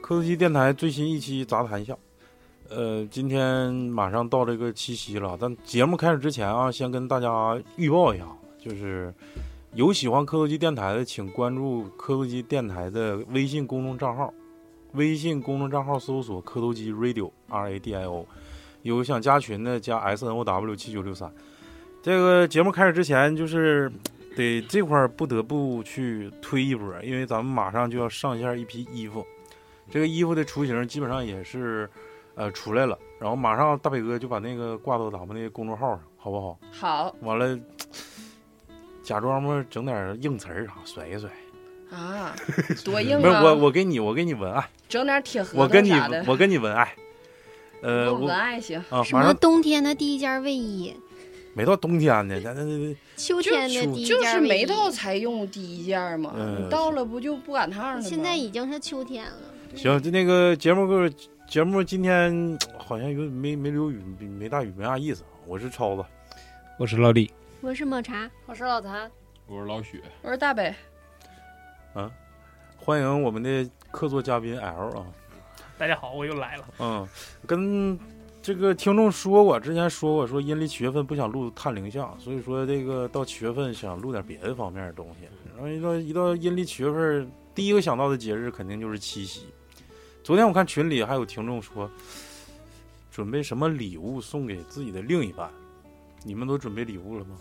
科斯基电台最新一期杂谈笑，呃，今天马上到这个七夕了，但节目开始之前啊，先跟大家预报一下，就是有喜欢科斯基电台的，请关注科斯基电台的微信公众账号，微信公众账号搜索“磕头机 Radio R A D I O”，有想加群的加 S N O W 七九六三。这个节目开始之前，就是得这块儿不得不去推一波，因为咱们马上就要上线一批衣服，这个衣服的雏形基本上也是，呃，出来了。然后马上大北哥就把那个挂到咱们那个公众号上，好不好？好完了，假装嘛整点硬词儿啥甩一甩。 啊，多硬没有啊！我我给你我给你文案，整点铁核我跟桃你啥的，我跟你文案，呃用我文啊案行。什马么上冬天的第一件卫衣，没到冬天呢，咱咱咱秋天的第一件就卫衣，是没到才用第一件嘛，嗯你到了不就不赶趟了吗？现在已经是秋天了。行，就那个节目个节目今天好像有没没留雨，没没大雨，没啥意思。啊我是超子，我是老李，我是抹茶，我是老谭，我是老许，我说大北，欢迎我们的客座嘉宾 L 啊，大家好，我又来了。嗯，跟这个听众说过，之前说过，说因为七月份不想录探灵像，所以说这个到七月份想录点别的方面的东西。然后一到一到阴历七月份，第一个想到的节日肯定就是七夕。昨天我看群里还有听众说，准备什么礼物送给自己的另一半，你们都准备礼物了吗？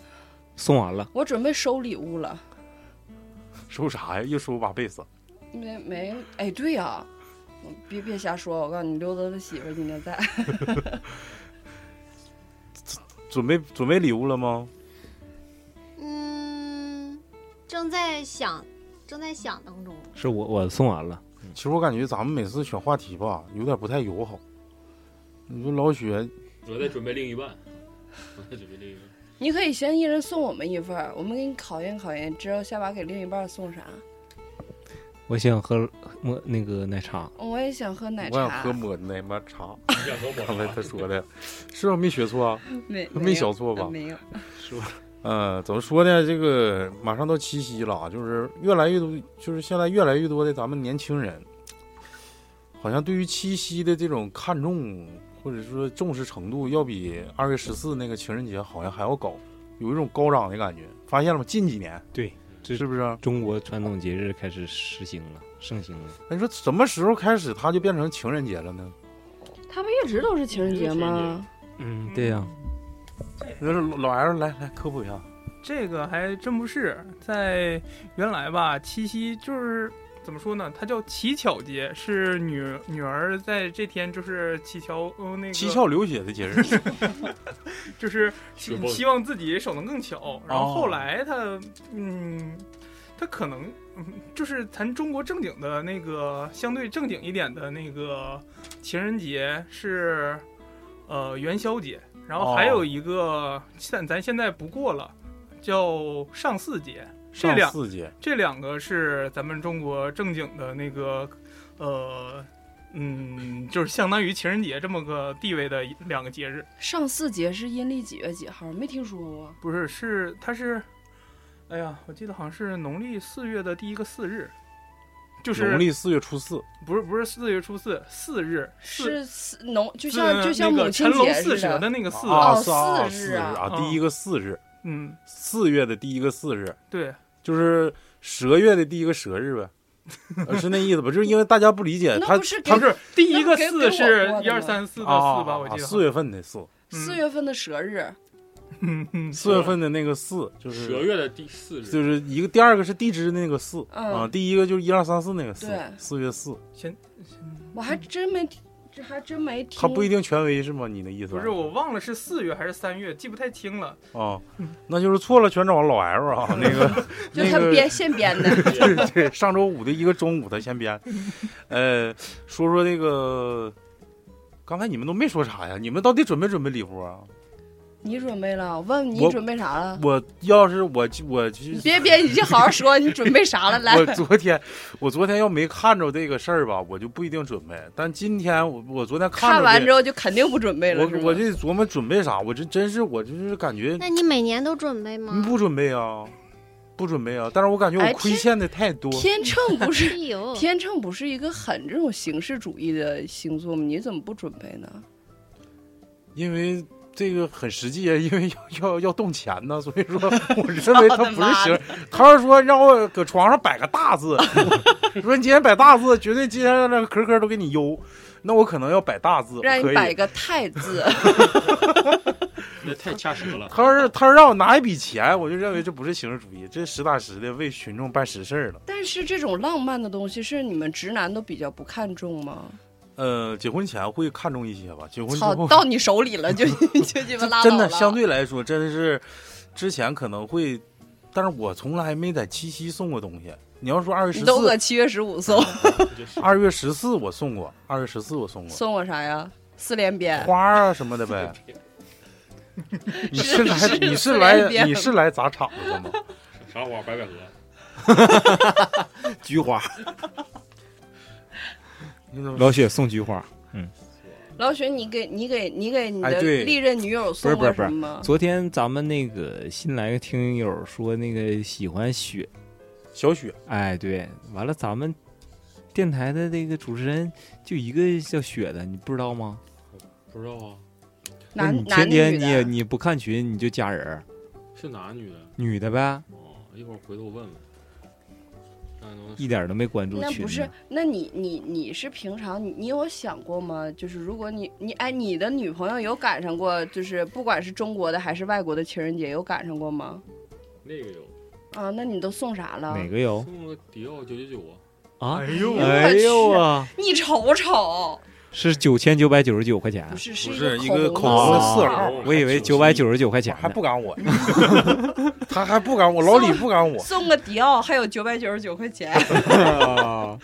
送完了，我准备收礼物了。收啥呀？又收把贝斯。没没，哎，对呀、我别别瞎说，我告诉你，刘德的媳妇儿今天在， 准备准备礼物了吗？嗯，正在想，正在想当中。是我我送完了，其实我感觉咱们每次选话题吧，有点不太友好。你说老雪，我在准备另一半，我在准备另一半。你可以先一人送我们一份儿，我们给你考验考验，知道下把给另一半送啥。我想喝摸那个奶茶，我也想喝奶我想茶喝，抹奶抹 茶，你想和刚才我他说的，是吧？没学错啊？没没小错吧？没有，呃，怎么说呢？这个马上到七夕了啊，就是越来越多，就是现在越来越多的咱们年轻人，好像对于七夕的这种看重或者说重视程度，要比二月十四那个情人节好像还要高，有一种高涨的感觉。发现了吗？近几年对，这是不是啊？中国传统节日开始实行了，盛行了，那你说什么时候开始它就变成情人节了呢？他们一直都是情人节吗？嗯，对呀、那老老 L 来来科普一下，这个还真不是，在原来吧，七夕就是怎么说呢？它叫乞巧节，是女女儿在这天就是乞巧，呃，那个七窍流血的节 日，就是雪希崩希望自己手能更巧。然后后来他，嗯，他可能，嗯，就是咱中国正经的那个相对正经一点的那个情人节是，呃，元宵节，然后还有一个现、咱现在不过了，叫上巳节。这上两四节，这两个是咱们中国正经的那个，呃，嗯，就是相当于情人节这么个地位的两个节日。上巳节是阴历几月几号？没听说过。不是，是它是，哎呀，我记得好像是农历四月的第一个四日，就是农历四月初四，不是不是四月初四，四日四是四农，就就像就像母亲辰龙节四似蛇的。的那个四，啊，哦是啊四四日啊啊，嗯第一个四日，嗯，四月的第一个四日，对，就是蛇月的第一个蛇日 呗，呃是那意思吧？就是因为大家不理解那他不是给不是第一个给四给是我过一的二吗三四的啊四吧，我啊嗯记得四月份的四，四月份的蛇日，嗯嗯四月份的那个四就是蛇月的第四日，就是一个第二个是地支那个四嗯啊，第一个就是一二三四那个四对，四月四，我还真没，这还真没听。它嗯不一定权威是吗？你的意思不是，我忘了是四月还是三月，记不太清了。啊，那就是错了，全找老 L 啊，那个就那他个编现编的。 对，上周五的一个中午他先编，呃，说说这个，刚才你们都没说啥呀？你们到底准没准备礼物啊？你准备了？我问问我你准备啥了？我要是我我去你别别，你就好好说，你准备啥 了？来，我昨天，我昨天要没看着这个事儿吧，我就不一定准备。但今天我我昨天看着完这之后就肯定不准备了。是我吧我这琢磨准备啥，我这真是我就是感觉那你每年都准备吗？不准备啊。不准备啊，但是我感觉哎我亏天欠的太多。天秤不是哎呦，天秤不是一个很这种形式主义的星座吗？你怎么不准备呢？因为这个很实际啊，因为要要要动钱呢， 所以 说我认为他不是形儿。他要说让我搁床上摆个大字， 我说你今天摆大字，绝对今天那个壳壳都给你悠。那我可能要摆大字，让呃可你以。摆个太字，那太掐舌了。他要是他要让我拿一笔钱，我就认为这不是形式主义，这实打实的为群众办实事儿了。但是这种浪漫的东西是你们直男都比较不看重吗？呃，结婚前会看重一些吧，结婚之操后， 到你手里 了就就鸡巴拉倒真的了相对来说，真的是之前可能会，但是我从来没在七夕送过东西。你要说二月十你四，都搁七月十嗯五送，就是二月十四我送过，二月十四我送过送我啥呀？四连鞭，花啊什么的呗。你是来是 你是是来变你是来砸场子的吗？啥花？白百合。 菊花，你怎么嗯老雪送菊花。老许，你给你给你给你哎的对历任女友送不是过不是什么吗？昨天咱们那个新来个听友说那个喜欢雪，小雪哎，对，完了咱们电台的那个主持人就一个叫雪的，你不知道吗？不知道啊，男那哎你男天女天你也的？你不看群你就加人儿，是男女的？女的呗，哦，一会儿回头我问问。看 能一点儿都没关注那群不呢。是，那你你你是平常你你有想过吗？就是如果你你哎，你的女朋友有赶上过，就是不管是中国的还是外国的情人节，有赶上过吗？那个有啊，那你都送啥了？哪个有送了迪奥九九九啊，啊？呦哎呦啊，你瞅瞅，是九千九百九十九块钱不，是不是是一个口口红的红的色色号号我以为九百九十九块钱还呢。不 赶我，他还不赶我，老李不赶我。送个迪奥还有九百九十九块钱， 啊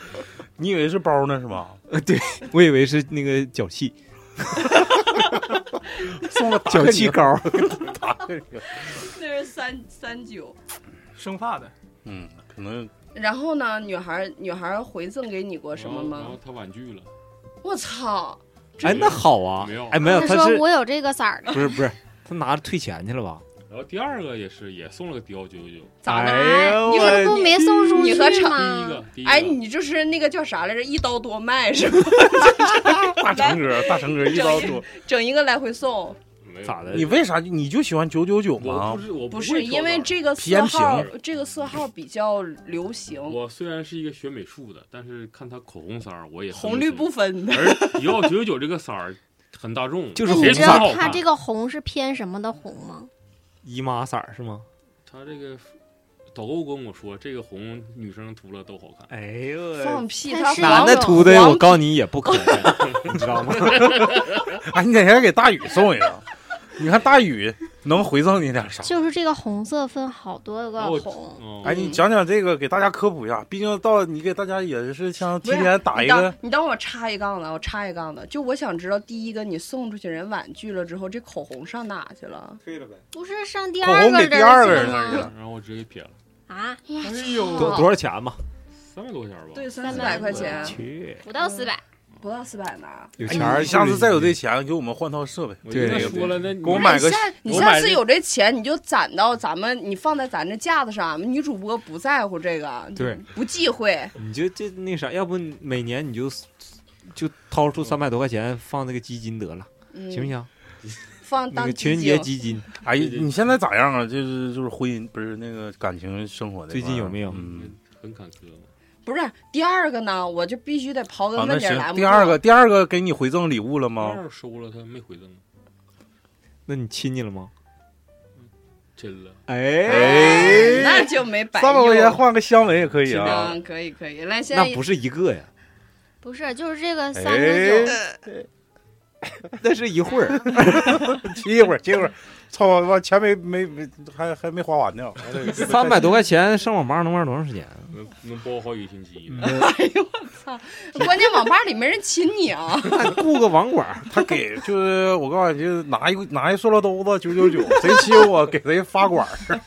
你以为是包呢是吗？我以为是那个脚气， 送 个达脚克气宁膏儿。达克宁那是三三九。生发的，嗯，可能然后呢，女孩女孩回赠给你过什么然后然后吗？他婉拒了，我操，哎，那好啊没有，哎，没有，他他说是我有这个色儿的，不是不是他拿着退钱去了吧？然后第二个也是也送了个迪奥九九九，咋的？哎呦你我说这不没送出你去和厂第一吗？个第一哎，个你就是那个叫啥来着？一刀多卖是吧？大成哥，大成哥一刀 多。整一个来回送，没有咋的？你为啥你就喜欢九九九我吗不？是我不会是挑因为色儿这个色偏号平，这个色号比较流行，我虽然是一个学美术的，但是看他口红色儿我也分红绿清不分的。而迪奥九九九这个色儿很大 众，就是那红你谁啊知不好道看它这个红是偏什么的红吗？姨妈色儿是吗？他这个导购跟我说，这个红女生涂了都好看。哎呦放屁！但他是男黄的那涂的，黄我告诉你也不可 能，你知道吗？ 哎，你哪天给大宇送一个？你看大宇能回赠你点啥？就是这个红色分好多然后个我红，哦哎，你讲讲这个，给大家科普一下。毕竟到你给大家也是像提前打一你个当，你当我插一杠子，我插一杠子，就我想知道，第一个你送出去人婉拒了之后，这口红上哪去了？退了呗。不是上第口二红个给人第二个去人了那去吗？了。然后我直接撇了啊，哎呦多多少钱吧？三百多钱吧。对，三三四百百块钱，啊去，不到四百，不到四百呢。有哎钱儿你下次再有这钱，给我们换套设备。我就跟他对说了，那你给我那买个你下你我下买次个有这钱，你就攒到咱们，你放在咱这架子上。女主播不在乎这个，对，不忌讳。你就这那啥，要不你每年你就就掏出三百多块钱放那个基金得了，嗯，行不行？放那当个情人基节金基金，哎，对对你现在咋样啊？就是就是婚姻不是那个感情生活的，最近有没有嗯，很坎坷。不是第二个呢，我就必须得好，刨根那问底行儿来。。第二个，，第二个给你回赠礼物了吗？二收了，他没回赠，那你亲你了吗？真了。哎嗯那就没白三百块钱用。换个香吻也可以啊。嗯，可以可以。来，现在那不是一个呀，不是，就是这个三哎十九，，那是一会 儿。歇一会儿，歇一会儿。操，我他妈钱没没没，还还没花完呢。三百多块钱上网吧能玩多长时 间？啊能能包好几个星期。 关键网吧里没人亲 你啊！那雇个网管儿，他给就是我告诉你，就是拿一拿一塑料兜子九九 九，谁欺负我给谁发管儿。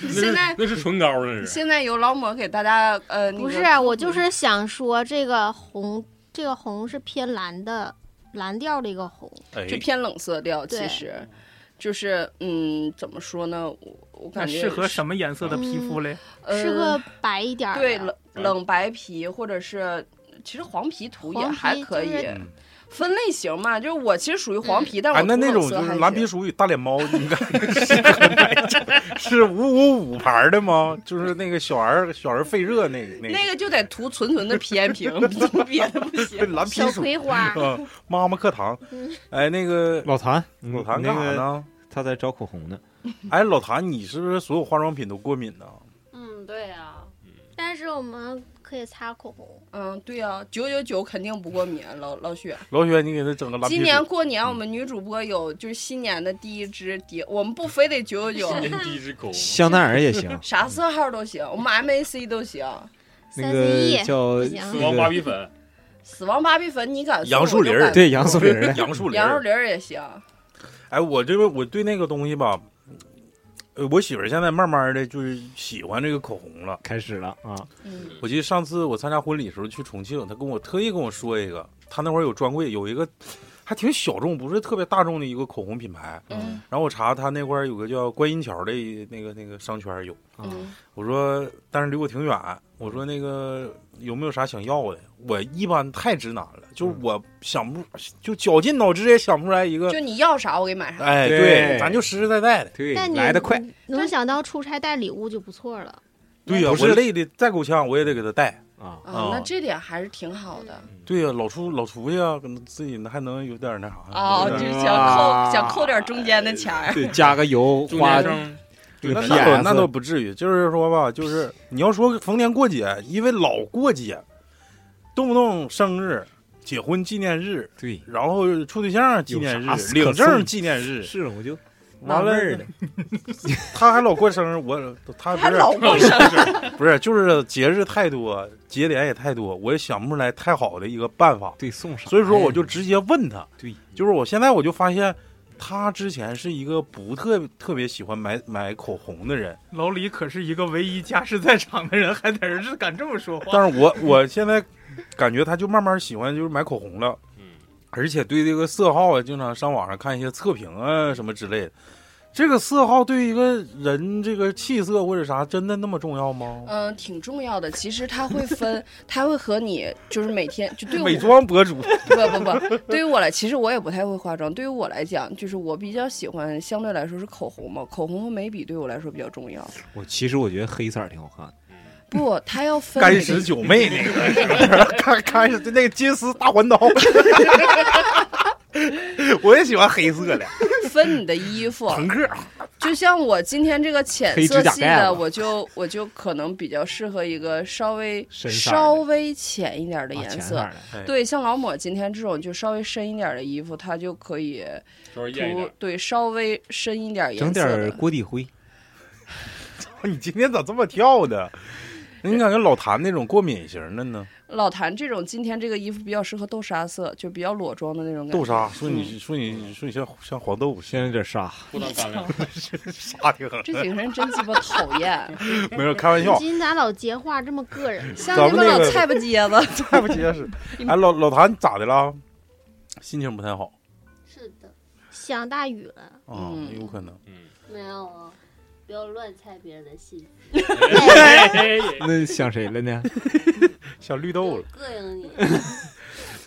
那是现在那是唇膏，那 是。现在由劳模给大家呃，那不个是，啊我就是想说这个红，这个红是偏蓝的，蓝调的一个红，哎就偏冷色调，其对实。就是嗯，怎么说呢？我我那感觉适合什么颜色的皮肤嘞？呃适合白一啊点儿的。对冷嗯冷白皮，或者是其实黄皮涂也黄皮还可以就是，嗯分类型嘛。就是我其实属于黄皮，但我哎，那涂那冷种色就是还蓝皮行鼠与大脸猫，你看 是五五五牌的吗？就是那个小儿小儿肺热那个那那个就得涂纯纯的皮 炎平，别的不 行。蓝皮小鼠，，葵花 嗯，妈妈课堂嗯，哎，那个老谭，嗯老谭那干啥个呢？他在找口红呢，哎，老谭，你是不是所有化妆品都过敏呢？嗯，对啊。但是我们可以擦口红，嗯，对呀、九九九肯定不过敏，老老雪。老雪，你给他整个蓝皮嗯今鼠，年 过年我们女主播有就是新年的第一支碟，我们不非得九九 今九，，年第一支口红，香奈儿也行啥色号都行，我们 MAC 都行。那三 C 个 E 叫不行死那亡芭个比粉，死亡芭比粉你敢送？杨树林儿我就敢对杨树林儿的，杨树林杨儿树，林儿也行。哎，我这个我对那个东西吧，呃，我媳妇儿现在慢慢的就是喜欢这个口红了。开始了啊，嗯，我记得上次我参加婚礼的时候去重庆，她跟我特意跟我说一个，她那会儿有专柜，有一个还挺小众，不是特别大众的一个口红品牌。嗯然后我查她那块儿有个叫观音桥的那个那个商圈有，啊嗯我说但是离我挺远，我说那个有没有啥想要的？我一般太直男了，就是我想不就绞尽脑汁也想不出来一个就，你要啥我给买啥。哎，对对，咱就实实在在的。对但你来 的快，，能想到出差带礼物就不错了。对呀、不我是累的再够呛，我也得给他带。啊，啊，哦那这点还是挺好的。对呀、老出老出去啊，可能自己还能有点那啥。哦，有就点这想啊扣想扣点中间的钱儿。对，加 个油中花间，生这个那倒 PS，那倒不至于，就是说吧， 就是你要说逢年过节，因为老过节，动不动生日、结婚纪念日，对，然后处对象纪念日有啥可、送领证纪念 日，是我就纳完闷儿了了，他还老过生日，我他不还是老过生日， 不是，就是节日太多，节点也太多，我也想不出来太好的一个办法，对，送啥？哎所以说我就直接问他。对，就是我现在我就发现，他之前是一个不特特别喜欢买买口红的人，老李可是一个唯一家世在场的人，还在这儿敢这么说话。但是我我现在感觉他就慢慢喜欢就是买口红了，嗯，而且对这个色号啊，经常上网上看一些测评啊什么之类的。这个色号对一个人这个气色或者啥真的那么重要吗？嗯，挺重要的。其实它会分，它会和你就是每天就对我美妆博主，不不不，对于我来，其实我也不太会化妆。对于我来讲，就是我比较喜欢，相对来说是口红嘛，口红和眉笔对我来说比较重要。我其实我觉得黑色儿挺好看的。不，它要分干你石九妹那个，看看是那个金丝大环刀， 我也喜欢黑色的分你的衣服，朋克。啊就像我今天这个浅黑色指甲系盖的，了我就我就可能比较适合一个稍微深色儿的稍微浅一点的啊颜浅色。色儿的对，像老抹今天这种就稍微深一点的衣服，它就可以稍微艳一涂点，对稍微深一点颜整色点的。儿锅底灰， 你今天咋这么跳的？你感觉老谭那种过敏型的呢？老谭这种今天这个衣服比较适合豆沙色，就比较裸妆的那种感觉。豆沙，说你说你说你像像黄豆似先有点沙。不当干粮，的，啥挺狠这几个人真鸡巴讨厌，没有开玩笑，今天咱老接话这么个人，像咱那们帮那老个菜不接子。 太不结实。哎，老老谭咋的了？心情不太好是的，想大雨了，啊，嗯有可能。嗯，没有啊，不要乱猜别人的戏，哎那想谁了 呢？ 像绿豆了。膈应你。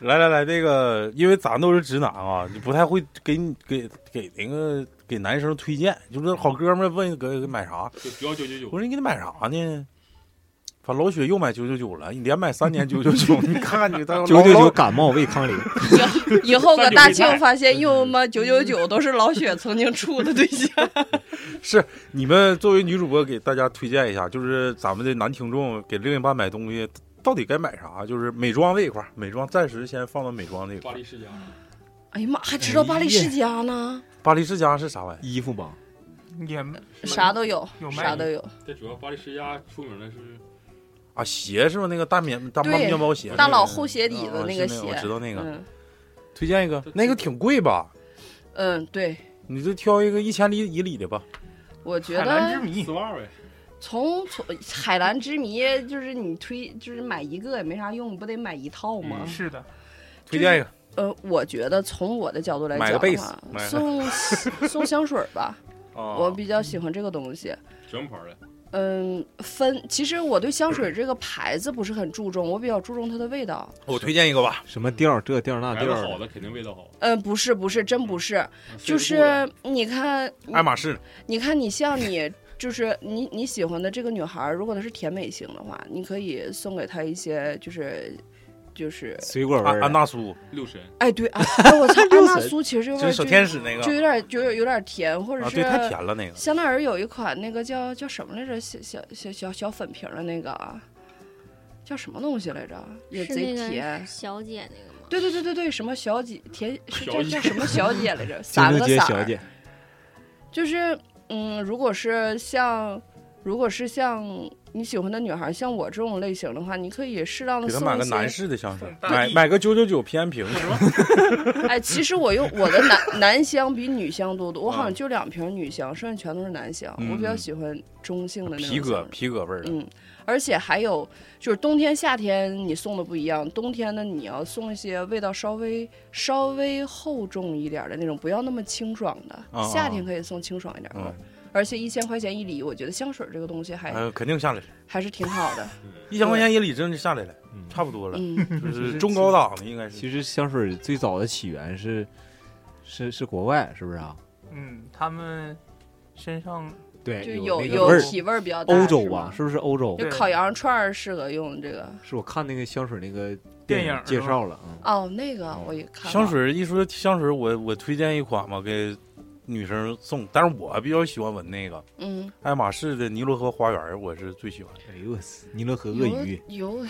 来来来，那个，因为咱都是直男啊，你不太会给你给给那个给男生推荐，就是好哥们儿问给给买啥，就不要九九我九，说你给他买啥呢？反正老雪又买九九九了，你连买三年九九 九，你看你他老九九九老感冒胃康灵，以后搁三九大一庆派发现用什么九九九都是老雪曾经处的对象。是你们作为女主播给大家推荐一下，就是咱们的男听众给另一半买东西到底该买啥？就是美妆这一块儿，美妆暂时先放到美妆这一块巴儿。黎世家，哎呀妈，还知道巴黎世家呢，巴黎世家是啥玩意儿？衣服吧，也啥都有，有卖啥都有。但主要巴黎世家出名的是啊，鞋是吧？那个大棉大对大面包鞋，大那个佬厚鞋底啊子那是个我鞋知，道那个。嗯推荐一个，那个挺贵吧？嗯，对，你就挑一个一千里以里的吧。我觉海蓝之得谜丝，袜呗，从从海蓝之谜就是你推就是买一个也没啥用，不得买一套吗？是的，推荐一个，呃，我觉得从我的角度来嗯买讲个的被话子，买个送 送香水儿吧，啊，我比较喜欢这个东西。什么牌的？嗯，分其实我对香水这个牌子不是很注重，我比较注重它的味道。我推荐一个吧，什么调儿这调儿那牌调子啊儿好的，的肯定味道好，嗯，不是不是，真不是，就非得是你看，爱马仕，你看你像你就是你你喜欢的这个女孩儿，如果她是甜美型的话，你可以送给她一些就是就是水果味啊安儿啊安的。娜苏，六神，哎对啊，哎我 操，安娜苏其实这个就味儿是小就天使那个就有点就有有点甜，或者啊，是对，太甜了那个，香奈儿有一款那个叫叫什么来着？小小小小小粉瓶儿的那个啊，叫什么东西来着？也是贼那个甜。小姐那个吗？对对对对对，什么小姐甜是小叫姐叫什么小姐来着？金三州个街色小儿，姐，就是嗯，如果是像如果是像你喜欢的女孩儿，像我这种类型的话，你可以适当的给他送买一个些男士的香水，对买买个九九九平安瓶，哎，其实我用我的男男香比女香多多，我好像就两瓶女香，剩下全都是男香。我比较啊嗯喜欢中性的那种皮革香水皮革味儿的，嗯，而且还有就是冬天、夏天你送的不一样，冬天呢你要送一些味道稍微稍微厚重一点的那种，不要那么清爽的。啊夏天可以送清爽一点的，嗯而且一千块钱一礼，我觉得香水这个东西嗯还、呃，肯定下来了，还是挺好的。一千块钱一里真就下来了，嗯差不多了，嗯，就是中高档的应该是其实香水最早的起源是是是国外，是不是啊？嗯，他们身上对就有有那个味儿，体味儿比较大，欧洲是吧吗？是不是欧洲？就对烤羊肉串儿适合用这个。是我看那个香水那个电影影儿介是吧绍了，嗯，哦，那个我也看香了水。一说香水，我我推荐一款吧，给女生送，但是我比较喜欢闻那个嗯，爱马仕的尼罗河花园，我是最喜欢的。哎呦我操，尼罗河鳄有鱼，有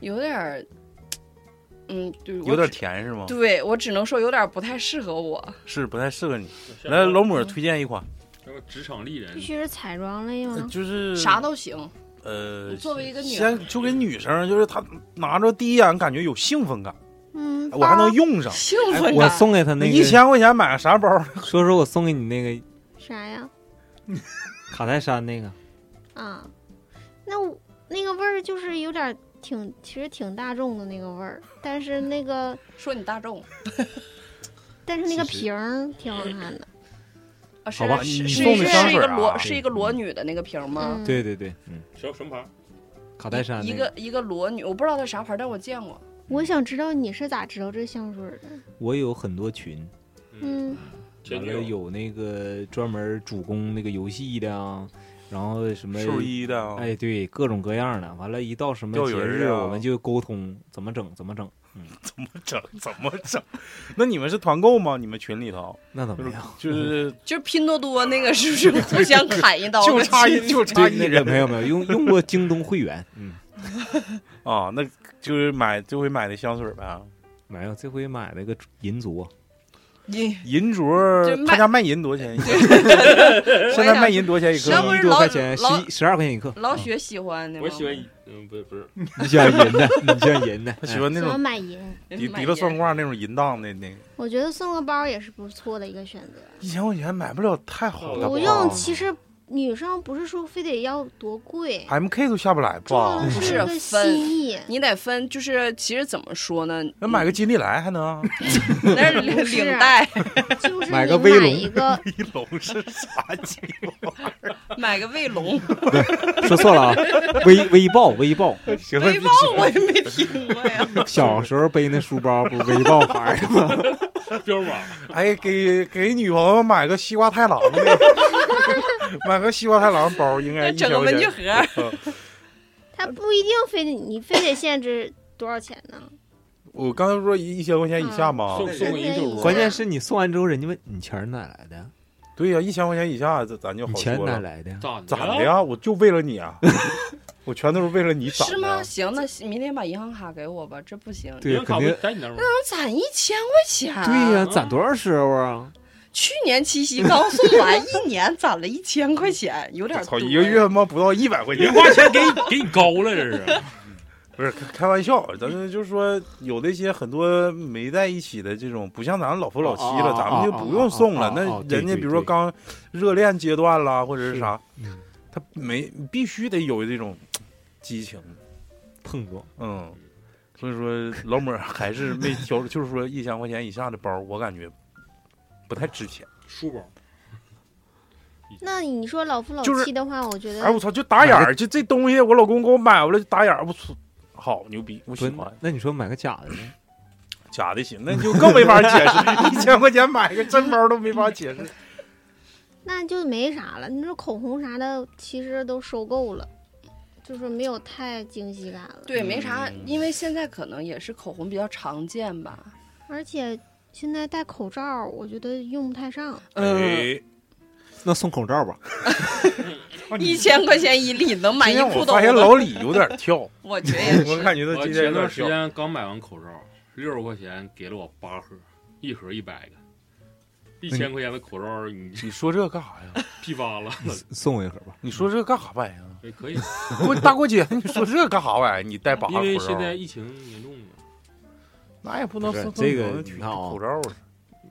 有点儿，嗯，对，我有点只甜啊是吗？对我只能说有点不太适合我。是嗯不太适合你。下来，面老母推荐一款，什么职场丽人必，须是彩妆类呃吗？就是啥都行，呃，作为一个女先就给女生，就是她拿着第一眼感觉有兴奋感，嗯，我还包能用上。兴奋哎我感。送给他那个一，千块钱买个啥包？说说我送给你那个啥呀？卡戴珊那个，嗯啊，那我那个味儿就是有点儿挺，其实挺大众的那个味儿，但是那个说你大众但是那个其实瓶儿挺好看的，啊，是好吧是你是送是的香是一水个啊裸对是一个裸女的那个瓶吗？嗯，对对对，嗯，什什么牌？卡戴珊嗯一那个一个裸女，我不知道她啥牌，但我见过。我想知道你是咋知道这香水儿的？我有很多群，嗯，前完女了友有那个专门主攻那个游戏的啊，然后什么兽医的啊，哎，对，各种各样的。完了，一到什么钓鱼节儿日，啊我们就沟通怎么整，怎么整。怎么整？ 怎么整？那你们是团购吗？你们群里头 那怎就么是样？就是就是拼多多那个是不是互相砍一刀？就差一 就差对，一那个人没有没有，用用过京东会员，嗯，啊，那就是买这回买的香水呗。没有，这回 买了个银镯，你银就镯，卖他家卖银多少 钱一克？现在卖银多少钱一十那不克？是一多老块钱，十老一十二块钱一 克。老雪喜欢的吗？我喜欢，嗯，不是不是，你喜欢银的，你喜欢银的，他喜欢那喜种欢买银，迪买迪克烟算卦那种淫荡的那个，我觉得送个包也是不错的一个选择。一千块钱买不了太好的吧。不用，其实女生不是说非得要多贵， M K 都下不来重要吧的？不是是一个分心意。你得分，就是其实怎么 说呢？那买个金利来还能？那是领不是领带，就是买你个威买龙一个，一龙是啥鸡巴？啊买个卫 龙，说错了 啊，微微豹，微豹，行了卫，豹我也没听过 呀。小时候背那书包不微豹牌儿吗？彪马，哎，给给女朋友买个西瓜太郎的， 买个西瓜太郎包应该一千整个块文具钱。盒，它不一定非得你非得限制多少钱呢？我刚才不说一一千块钱以下吗？嗯送送个银酒对 镯关，键是你送完之后，人家问你钱儿哪来的？对呀，一千块钱以下，咱咱就好你说钱哪了。来的？咋的咋的？呀？我就为了你 啊！我全都是为了你攒是吗？的。行，那明天把银行卡给我吧，这不行，对，银肯行定卡不在你那儿吗？能攒一千块钱？对呀、啊攒多少时候啊？去年七夕刚送完，一年攒了一千 块钱，有点我操，多。一个月他妈不到一百块钱零，花钱给你 给你高了，这是。不是开开玩笑，咱们就是说有那些很多没在一起的这种，不像咱们老夫老妻了，哦哦哦咱们就不用送了。哦哦那哦对人家对比如说对刚热恋阶段啦，或者是啥，嗯他没必须得有这种激情，碰撞，嗯，所以说老抹还是没挑，就是说一千块钱以下的包，我感觉不太值钱。书包，那你说老夫老就是妻的话，我觉得哎，我操，就打眼买儿，就这东西，我老公给我买回来就打眼儿，我操，好牛逼，我喜不欢。，那你说买个假的呢？假的行，那就更没法解 释，一千块钱买个真包都没法解释。那就没啥了。你说口红啥的，其实都收够了，就是没有太惊喜感了。对，没啥嗯，因为现在可能也是口红比较常见吧。而且现在戴口罩，我觉得用不太上。嗯，哎， 那送口罩吧， 一千块钱一粒能买今一天裤我兜发现子，老李有点跳，我觉得也 我是。感觉他我今天有点前段时跳。间刚买完口罩，六十块钱给了我八盒，一盒一百个，一千块钱的口罩你 你说这干啥呀？批发了，送我一盒吧。你说这干啥玩意儿？ 也可以，过大过节你说这干啥玩意儿？你戴 把因口为罩，现在疫情严重嘛，那也不能不是送这个取你看啊口罩啊。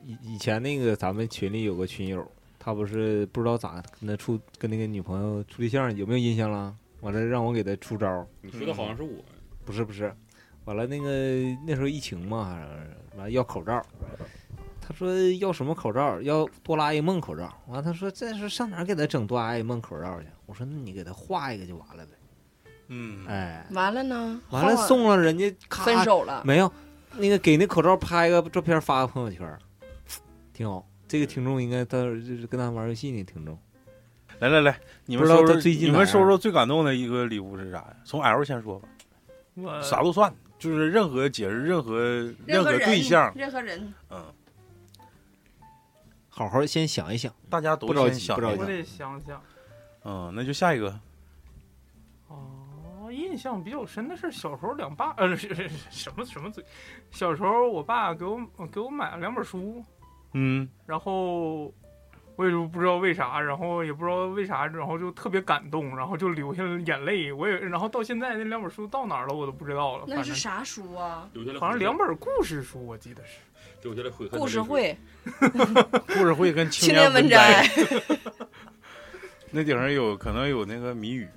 以以前那个咱们群里有个群友，他不是不知道咋跟他处跟那个女朋友处对象，有没有印象了？完了让我给他出招儿，你说的好像是我，不是不是，完了那个那时候疫情嘛，好像是完了要口罩，他说要什么口罩？要哆啦 A 梦口罩。完了他说这是上哪儿给他整哆啦 A 梦口罩去？我说那你给他画一个就完了呗。嗯，哎，完了呢，完了后送了人家，咔分手了，没有，那个给那口罩拍个照片发个朋友圈儿，挺好。这个听众应该到时候就是跟他玩游戏那听众，来来来，你们不知道收他收，最近你哪们儿收收最感动的一个礼物是啥呀？从 L 先说吧，我啥都算，就是任何节日、任何任何何人对象，呃任何人，嗯，好好先想一想。大家都不着先急想不着一急我想，得想想。嗯，那就下一个，哦，印象比较深的是小时候两爸呃是是是什么什么嘴，小时候我爸给我给我买了两本书，嗯，然后我也就不知道为啥，然后也不知道为啥，然后就特别感动，然后就流下了眼泪。我也然后到现在那两本书到哪儿了我都不知道了，那反是正啥书啊？留下来好像两本故事书，我记得是。留下来悔恨的故事泪水，会、故事会跟青青年文摘摘， 那顶上有可能有那个谜语，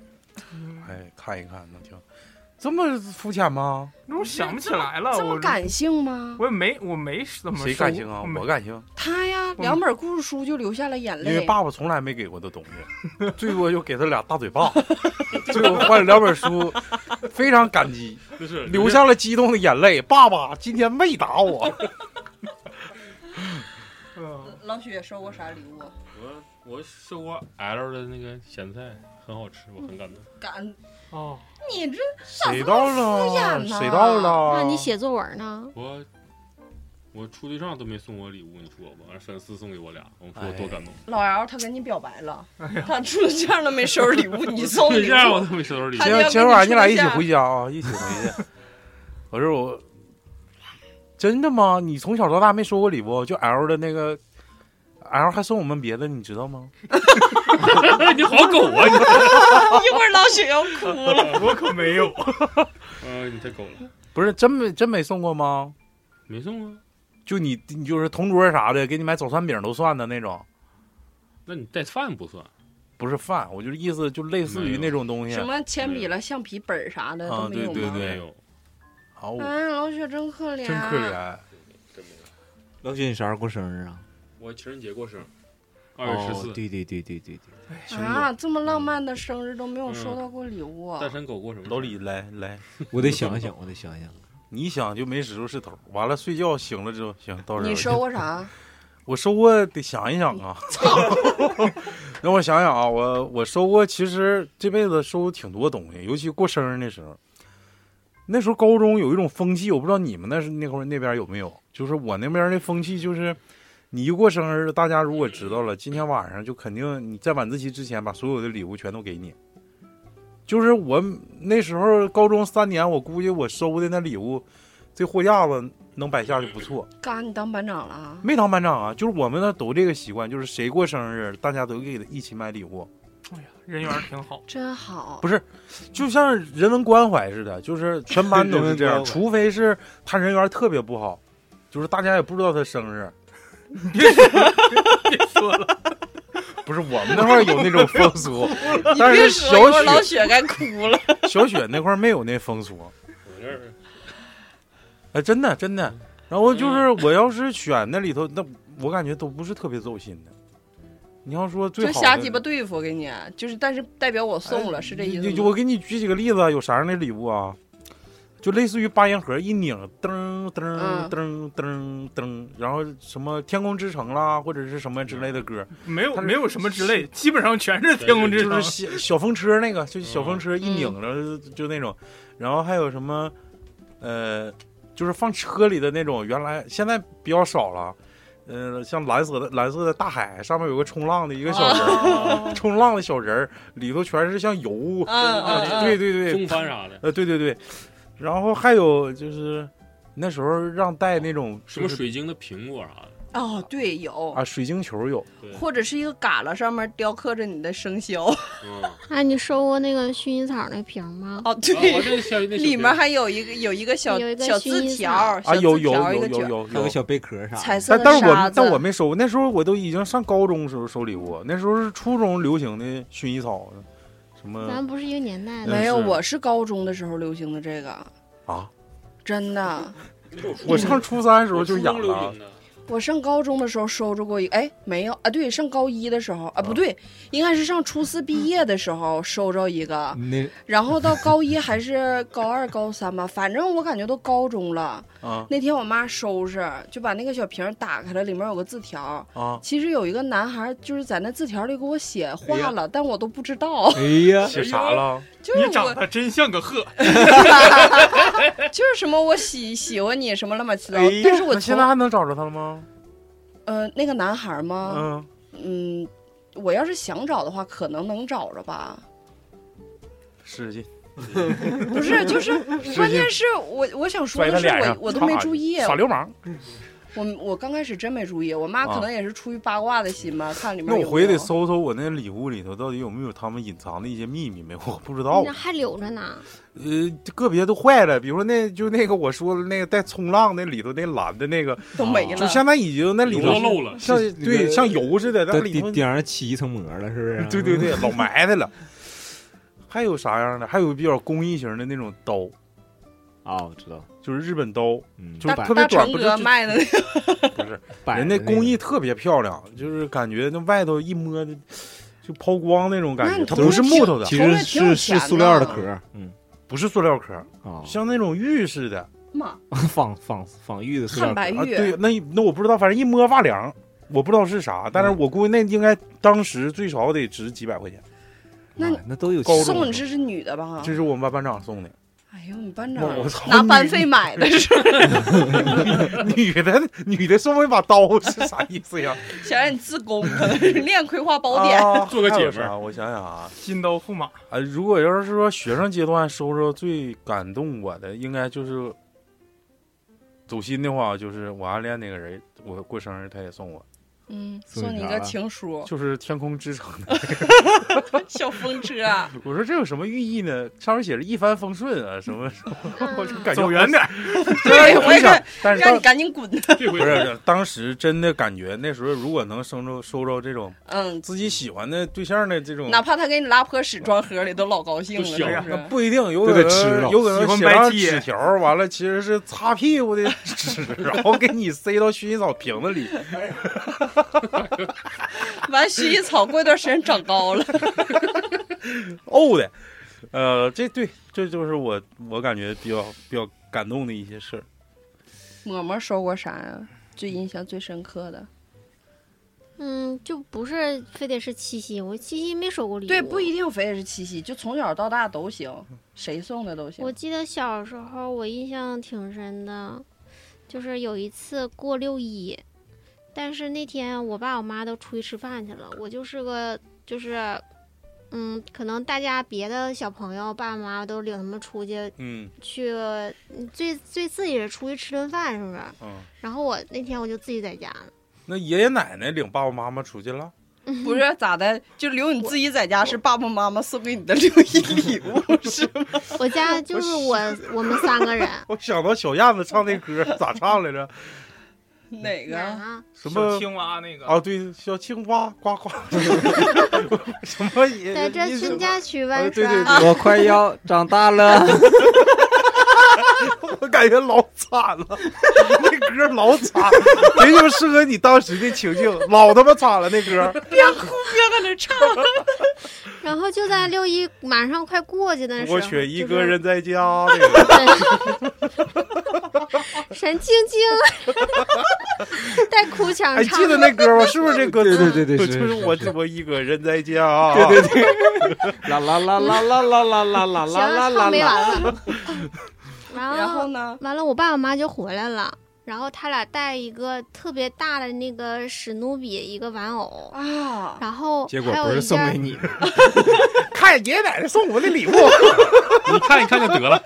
嗯，哎，看一看能听。这么肤浅吗？那我想不起来啊了，这么我感性吗？我也没我没怎么谁收感性啊？没我感性，他呀，两本故事书就流下了眼因为泪。爸爸从来没给过他东西，最多就给他俩大嘴 巴，最后换了两本书，非常感激。就是流下了激动的眼泪。爸爸今天没打我，嗯老许也收过啥礼物？啊我我收过 L 的那个咸菜，很好吃，我很感动。感，哦，你这谁到敷衍了？呢谁到了？那你写作文呢？我我处对象都没送我礼物，你说吧，完了粉丝送给我俩，我说我多感动。老姚他跟你表白了，哎他处对象都没收拾礼物， 你送对礼象我物，都没收到礼物他，今要天跟今天晚上你俩你一起说回一下家啊，一起回去。 我说我 真的吗？你从小到大没收过礼物？就 L 的那个 L 还送我们别的，你知道吗？你好狗啊你！ 一会儿老许要哭哎了。我可没有。嗯，你太狗了，不是真没真没送过吗？没送啊？就你你就是同桌啥的，给你买早餐饼都算的那种，那你带饭不算，不是饭，我就是意思就类似于那种东西什。么铅笔了、橡皮本儿啥的哎啊都没有对吗？对没有，好，我哎，老许真可怜，真可。怜。真没有。老许，你啥时候过生日啊？我情人节过生，二月十哦，四。对对对对对对，啊，这么嗯浪漫的生日都没有收到过礼物，啊单身狗过什么？老李，来来，我得想一想，我得想一 想。你一想就没指出是头儿，完了睡觉醒了之后，行，到时候你收过啥？ 我收过，得想一想啊。 让我想想啊，我我收过，其实这辈子收挺多东西，尤其过生日那时候。那时候高中有一种风气，我不知道你们那是那会儿那边有没有，就是我那边的风气就是，你一过生日，大家如果知道了，今天晚上就肯定你在晚自习之前把所有的礼物全都给你。就是我那时候高中三年，我估计我收的那礼物，这货架子能摆下就不错。嘎，你当班长了啊？没当班长啊，就是我们那都这个习惯，就是谁过生日，大家都给他一起买礼物，哎呀，人缘儿挺好。真好不，就像人文关怀似的，就是全班都是这人样，文关怀除非是他人缘特别不好，就是大家也不知道他生 日。 别说了，不是我们那块儿有那种风俗，你但别是说，一会儿 小老雪雪该哭了。小雪那块儿没有那风俗，我这儿哎，真的真的。然后就是我要是选那里头，那我感觉都不是特别走心的。你要说最就好的瞎鸡巴对付给你，啊就是但是代表我送了，是这意就思就吗我？哎给你举几个例子，有啥样的礼物啊？就类似于八音盒一拧，噔噔嗯噔噔噔，然后什么《天空之城》啦，或者是什么之类的歌，没有它是没有什么之类，基本上全是天空之就城是。小小风车那个，就是小嗯风车一拧着就那种，然后还有什么，呃，就是放车里的那种，原来现在比较少了，呃，像蓝色的蓝色的大海上面有个冲浪的一个小人儿，哦 冲浪的小人儿里头全是像油，嗯嗯嗯，呃对对对，中翻啥的，呃，对对对，然后还有就是那时候让带那种什么就是水晶的苹果啥的，哦，对，有，啊，水晶球有，对，或者是一个旮旯上面雕刻着你的生肖。 哦嗯，哎，你收过那个薰衣草那瓶吗？哦，啊我对，这个小那小里面还有一个有一个小有一个小薰字衣条草儿，啊，小有字有条儿一有个有卷儿，有还有个有。小贝壳啥的。彩色但的但是沙我子但我没收过，那时候我都已经上高中时候收礼物，那时候是初中流行的薰衣草，什么咱不是一个年代的。没有，嗯是我是高中的时候流行的这个，啊，真的，我上初三时候就初养中流了行，的，我上高中的时候收着过一，哎，没有啊，对，上高一的时候啊，不对，应该是上初四毕业的时候收着一个，那 然后到高一还是高二、高三吧，反正我感觉都高中了。啊那天我妈收拾，就把那个小瓶儿打开了，里面有个字条。啊，其实有一个男孩就是在那字条里给我写话了，但我都不知道，哎呀，写啥了？ 就是你我长得真像 个鹤，就是什么我喜喜欢你什么乱七八哎糟呀，但是我那现从在还能找着他了吗？呃那个男孩吗？嗯，嗯，我要是想找的话，可能能找着吧。使劲不 是，就是关键是我我想说摔的他是脸上我，我都没注意，耍流氓。我我刚开始真没注意，我妈啊可能也是出于八卦的心吧，看里面那有没我有。回去得搜搜我那礼物里头到底有没有他们隐藏的一些秘密没？我不知道那。还留着呢，呃，个别都坏了，比如说那就那个我说的那个带冲浪那里头那蓝的那个，都没啊就了。相当于已经那里油头都是漏了，像是那对个像油似的，那在里头顶顶上起一层膜了，是不是？对对对，老埋汰了。还有啥样的？还有比较工艺型的那种刀，啊，我知道，就是日本刀，嗯，就大是摆特别大短成不是哥就卖的那个，不是 摆人家的那工艺个特别漂亮，就是感觉那外头一摸就就抛光那种感觉，那它都不是是木头的，其头实发挺有是钱是塑料的的壳儿，嗯不是塑料壳，啊，像那种玉似的。 妈，仿仿仿玉的塑汉料壳白儿，啊，玉，对，那那我不知道，反正一摸哇凉，我不知道是啥，嗯但是我估计那应该当时最少得值几百块钱。那啊那都有高中送你这是女的吧？ 这是我们班班长送的，哎呦，你班我长操啊拿 班费买的是吧？女的女的送我一把刀是啥意思 呀？想让你自宫，可能是 练《葵花宝典》啊做个还有姐们儿啥我想想啊，金刀驸马，啊，如果要是说学生阶段收着最感动我的，应该就是走心的话，就是我暗恋那个人，我过生日他也送我，嗯，送你送你一啥个了情书，就是《天空之城》的。 小风车 啊，我说这有什么寓意呢？上面写着一帆风顺啊，什么什么，我就感觉走远点儿。 虽然我也回想，但是让当你赶紧滚。这不回是，当时真的感觉那时候如果能收着收着这种 嗯，自己喜欢的对象的这种，哪怕他给你拉破屎装盒里，都老高兴了，就是小不是？不一定有都可得吃能了有可喜能欢写白上戒纸条儿，完了其实是擦屁股的纸， 然后给你塞到薰衣草瓶子里。 完薰衣草过一段时间长高了，哦的，呃，这对，这就是我我感觉比较比较感动的一些事儿。嬷嬷收过啥呀？最印象最深刻的，嗯，就不是非得是七夕，我七夕没收过礼物。对，不一定非得是七夕，就从小到大都行，谁送的都行我。记得小时候我印象挺深的，就是有一次过六一，但是那天我爸我妈都出去吃饭去了，我就是个就是，嗯，可能大家别的小朋友爸妈都领他们出去嗯去，嗯最最自己是出去吃顿饭是不是？嗯，然后我那天我就自己在家了，那爷爷奶奶领爸爸妈妈出去了，不是咋的，就留你自己在家是爸爸妈妈送给你的 六一礼物是吗？ 我家就是我我们三个人，我想到小燕子唱那歌儿咋唱来着？哪哪儿个？啊？什么小青蛙那个啊，对，小青蛙呱 呱，什么也在这你怎春么家曲啊湾对对川。对 我快要长大了，我感感觉老惨了， 那歌老惨，没就适合你当时的情境，老他妈惨了那歌。然后就在六一马上快过去的时候，我选一就个是人在家那个，沈晶晶带哭腔还哎唱，哎记得那歌吗？是不是这歌？对对对对 就是是是我是怎么一个人在家啊？对对对，啦啦啦啦啦啦啦啦啦行了，啦啦唱没啦，完了。然然后后呢？完了，我爸我妈就回来了，然后他俩带一个特别大的那个史努比一个玩偶，啊，然后结果还不有是一送给件你的，看爷爷奶奶送我的礼物，你看一看就得了。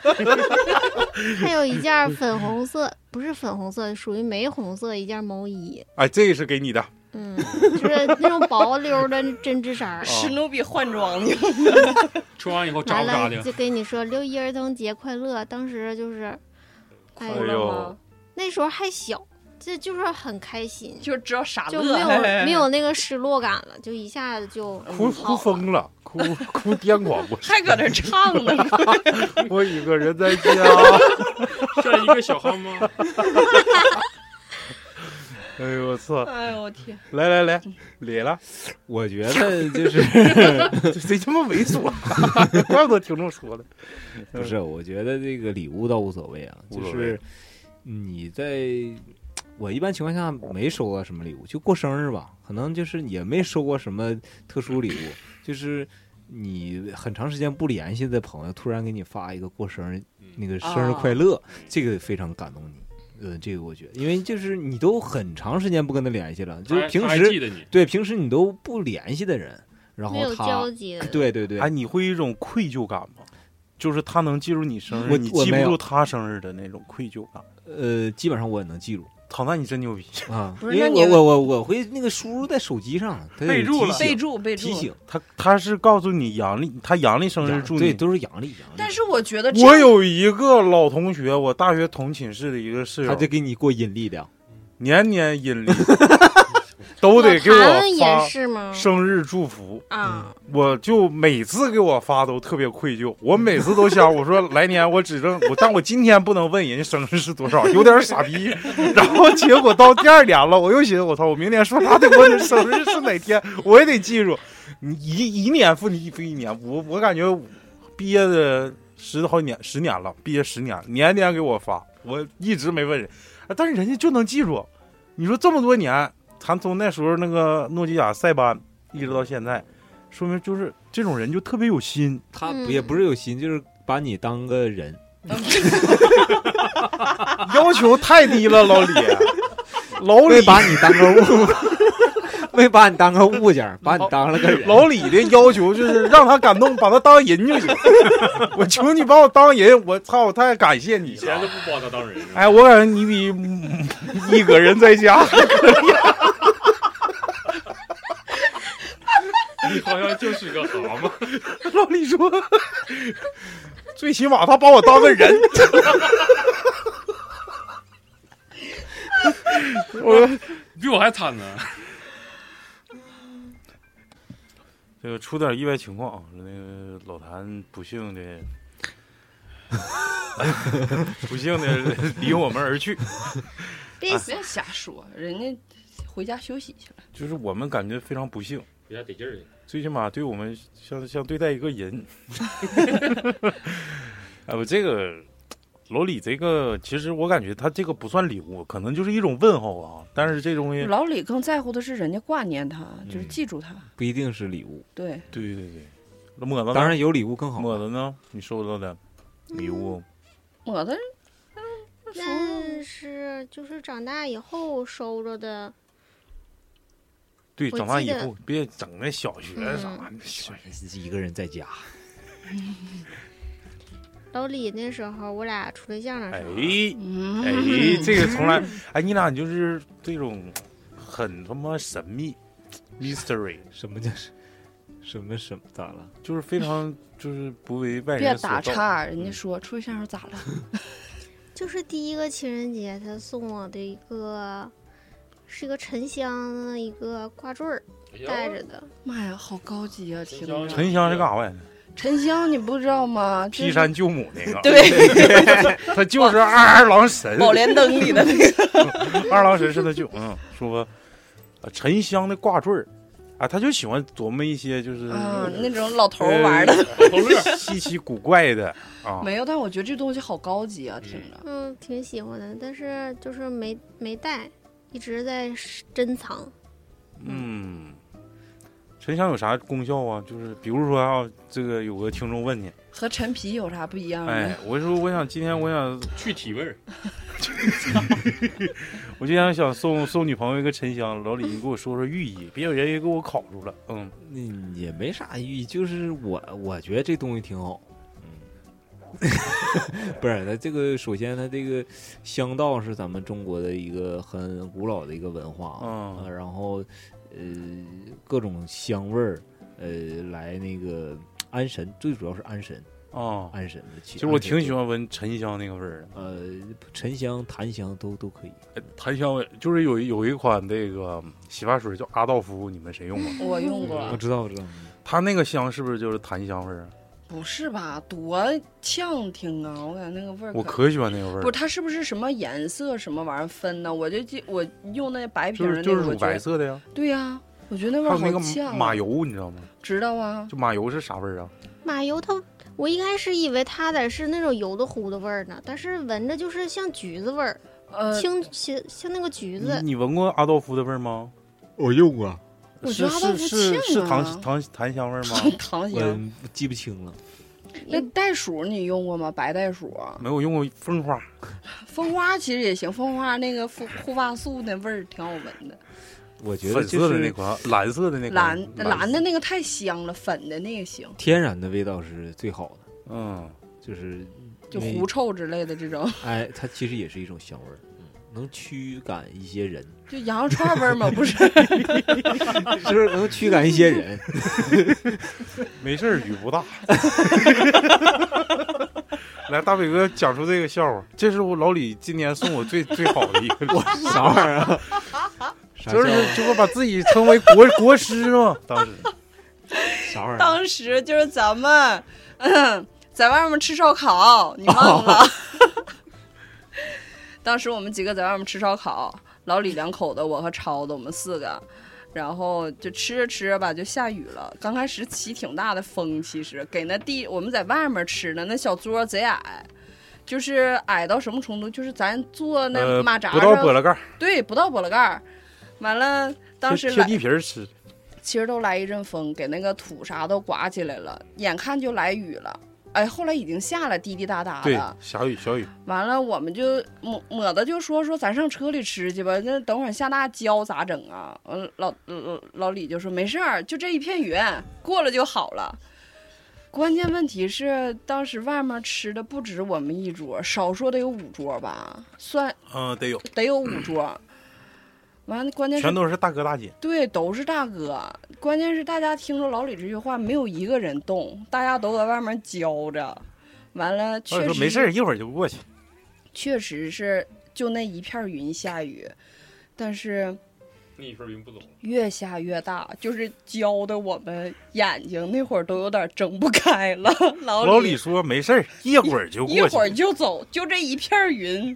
还有一件粉红色，不是粉红色，属于玫红色一件毛衣， 哎，这个是给你的。嗯，就是那种薄溜的针织衫儿。史努比换装去。 穿完以后扎完不扎了的？就跟你说六一儿童节快乐，当时就是，哎哎呦，呦，那时候还小，这就是很开心，就知道傻乐，。就没有没有那个失落感了，就一下子就哭好哭了疯了， 哭哭癫 狂过还搁那唱 呢，我一个人在家，这一个小憨猫，哎呦我操！哎呦我天！来来来，嗯咧了，我觉得就是 谁他妈猥琐？ 怪不得听众说的。不是，我觉得这个礼物倒无所谓啊，无就所是谓你在我一般情况下没收过什么礼物，就过生日吧，可能就是也没收过什么特殊礼物，就是你很长时间不联系的朋友突然给你发一个过生日嗯那个生啊日快乐，这个非常感动你。呃，这个我觉得，因为就是你都很长时间不跟他联系了，就是他还平他还时记得你，对平时你都不联系的人，然没后有他交集。对对对，哎，你会有一种愧疚感吗？就是他能记住你生我日，你我记没不住有他生日的那种愧疚感。呃，基本上我也能记住。唐娜，你真牛逼！ 啊，不是因为那我你我我我会那个输入在手机上，它有备注提了醒备注备注提。醒，他他是告诉你阳历，他阳历生日阳祝对你。都是阳历阳历，但是我觉得这我有一个老同学，我大学同寝室的一个室他友就，给你过阴历的，年年 阴历都我得给他们我也发是吗？生日祝福。啊，我就每次给我发都特别愧疚，我每次都想，我说来年我指正我，但我今天不能问人家生日是多少，有点傻逼。然后结果到第二年了，我又寻思，我操，我明年说啥得问生日是哪天，我也得记住。你一一年复一复一年，我我感觉毕业的十好几年十年了，毕业十年，年年给我发，我一直没问人，啊但是人家就能记住。你说这么多年，咱从那时候那个诺基亚塞班一直到现在，说明就是这种人就特别有心。他嗯也不是有心，就是把你当个人，啊要求太低了，老 李，老没李把你当个物， 没把你当个物件儿，把你当了个人。老李的要求就是让他感动，把他当人就行。 我求你把我当人，我操，我太感谢你以前了都。不把他当人。是吧哎，我感觉你比嗯一个人在家，你哎好像就是个蛤蟆，老李说， 最起码他把我当个人。 我比我还惨呢。这个出点意外情况啊，那个老谭不幸的， 不幸的离我们而去。别不要瞎说，人家回家休息去了。就是我们感觉非常不幸，比他得劲儿去。最起码对我们像像对待一个 人。哎，我这个老李这个，其实我感觉他这个不算礼物，可能就是一种问候啊。但是这东西，老李更在乎的是人家挂念他，就是记住他。不一定是礼物，对，对对对，那抹子呢当然有礼物更好。抹子呢？你收到的礼物，抹的但是就是长大以后收着的，对，我长大记以得后别整那小学啥的。一个人在家，老李那时候我俩处对象的哎时候，嗯哎，这个从来哎，你俩就是这种很他妈神秘 mystery，什么叫是什么什么咋了？就是非常就是不为外别人所打道。嗯岔，人家说处对象时咋了？就是第一个情人节，他送我的一个是一个沉香哎的一个挂坠儿带着的，妈呀，好高级啊！沉听香着，沉香是干啥玩意儿？沉香你不知道吗？就劈是山救母那个，对， 哦他就是二二郎神，宝莲灯里的那 个，二郎神是他舅，嗯，说呃沉香的挂坠儿，啊，他就喜欢琢磨一些就是呃啊，那种老头儿玩的。头乐， 稀奇古怪 的啊，没有，但我觉得这东西好高级啊，听着。嗯，挺喜欢的，但是就是没没带，一直在是珍藏。嗯，沉香有啥功效啊？就是比如说啊，这个有个听众问你，和陈皮有啥不一样哎呢？，我说我想今天我想去体味儿，我今天想送送女朋友一个沉香，老李你给我说说寓意，别有人也给我考住了，嗯，嗯，也没啥寓意，就是我我觉得这东西挺好。 嗯，不是，它这个首先它这个香道是咱们中国的一个很古老的一个文化啊，嗯呃然后呃各种香味儿，呃来那个安神，最主要是安神，啊，安神的其气。实我挺喜欢闻沉香那个味儿的。安神的，呃，沉香、檀香都都可以。檀香味就是有一有一款这个嗯洗发水叫阿道夫，你们谁 用过？我用我过，知道，我知道。它那个香是不是就是檀香味儿啊？不是吧？多呛听啊！我感觉那个味儿可，我可喜欢那个味儿不是它是不是什么颜色什么玩意儿分呢？我就记我用那白瓶就儿的是就那个，是我乳觉白得色的呀，对呀，我觉得那还味有那儿好个呛啊。马油，你知道吗？知道啊，就马油是啥味儿啊？马油它，我一开始以为它得是那种油的糊的味儿呢，但是闻着就是像橘子味儿，呃，清像像那个橘你子。你闻过阿道夫的味儿吗？我用过，我觉是得阿道是夫是呛是啊檀檀檀香味儿吗？ 糖糖哎我香。记不清了。那袋鼠你用过吗？白袋鼠，啊没有用过蜂花，蜂花其实也行，蜂花那个护护发素那味儿挺好闻的，我觉得粉就色的那是款，蓝色的那蓝款，蓝的那个太香了，粉的那个行，天然的味道是最好的。嗯，就是就因为狐臭之类的这种，哎，它其实也是一种香味儿，嗯，能驱赶一 些人，就羊肉串味儿嘛，不是？就是能驱赶一些人。没事儿，雨不大。来，大伟哥讲出这个笑话，这是我老李今年送我最最好的一个礼物，啥玩意儿啊？啥就是叫就是把自己称为国 国师嘛，当时啥玩意儿啊？当时就是咱们，嗯，在外面吃烧烤，你哦忘 了？ 当时我们几个在外面吃烧烤，老李两口子，我和超子，我们四个，然后就吃着吃着吧，就下雨了。刚开始起挺大的风，其实给那地我们在外面吃的那小桌贼矮。就是矮到什么程度？就是咱坐那呃马扎不上，到菠萝盖儿，对，不到菠萝盖儿。完了，当时贴贴来地皮儿吃，其实都来一阵风，给那个土啥都刮起来了，眼看就来雨了。哎，后来已经下了滴滴答答对的，，小雨小雨，完了我们就抹抹的就说说咱上车里吃去吧，那等会儿下大浇咋整啊？嗯，老老老李就说没事儿，就这一片云过了就好了。关键问题是，当时外面吃的不止我们一桌，少说得有五桌吧，算嗯，得有，得有五桌。完了，关键是全都是大哥大姐，对，都是大哥。关键是大家听着老李这句话，没有一个人动，大家都在外面教着。完了，老李确说实没事儿，一会儿就过去，确实是就那一片云下雨，但是那一份云不走了。越下越大，就是浇的我们眼睛那会儿都有点睁不开了。老老李说没事儿，一会儿就一过去会，儿就走，就这一片云，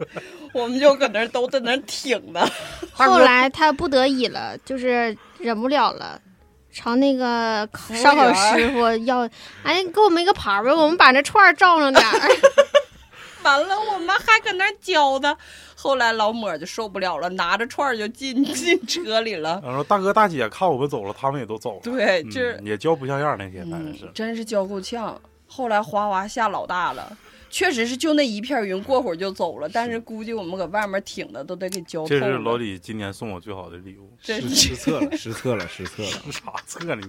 我们就搁那儿都在那儿挺着。后来他不得已了，就是忍不了了。朝那个服务烧烤员儿师傅要，哎，给我们一个盘儿吧，我们把那串儿罩上点儿。完了，我们还搁那儿教他。后来老抹就受不了了，拿着串儿就进进车里了。然后大哥大姐看我们走了，他们也都走了，对，嗯，就是、也教不像样儿那天，反正嗯是，真是教够呛。后来哗哗下老大了，确实是就那一片云，过会儿就走了。但是估计我们搁外面挺的都得给浇透这是了。老李今年送我最好的礼物， 这失失策了，失策了，失策了。啥策呢？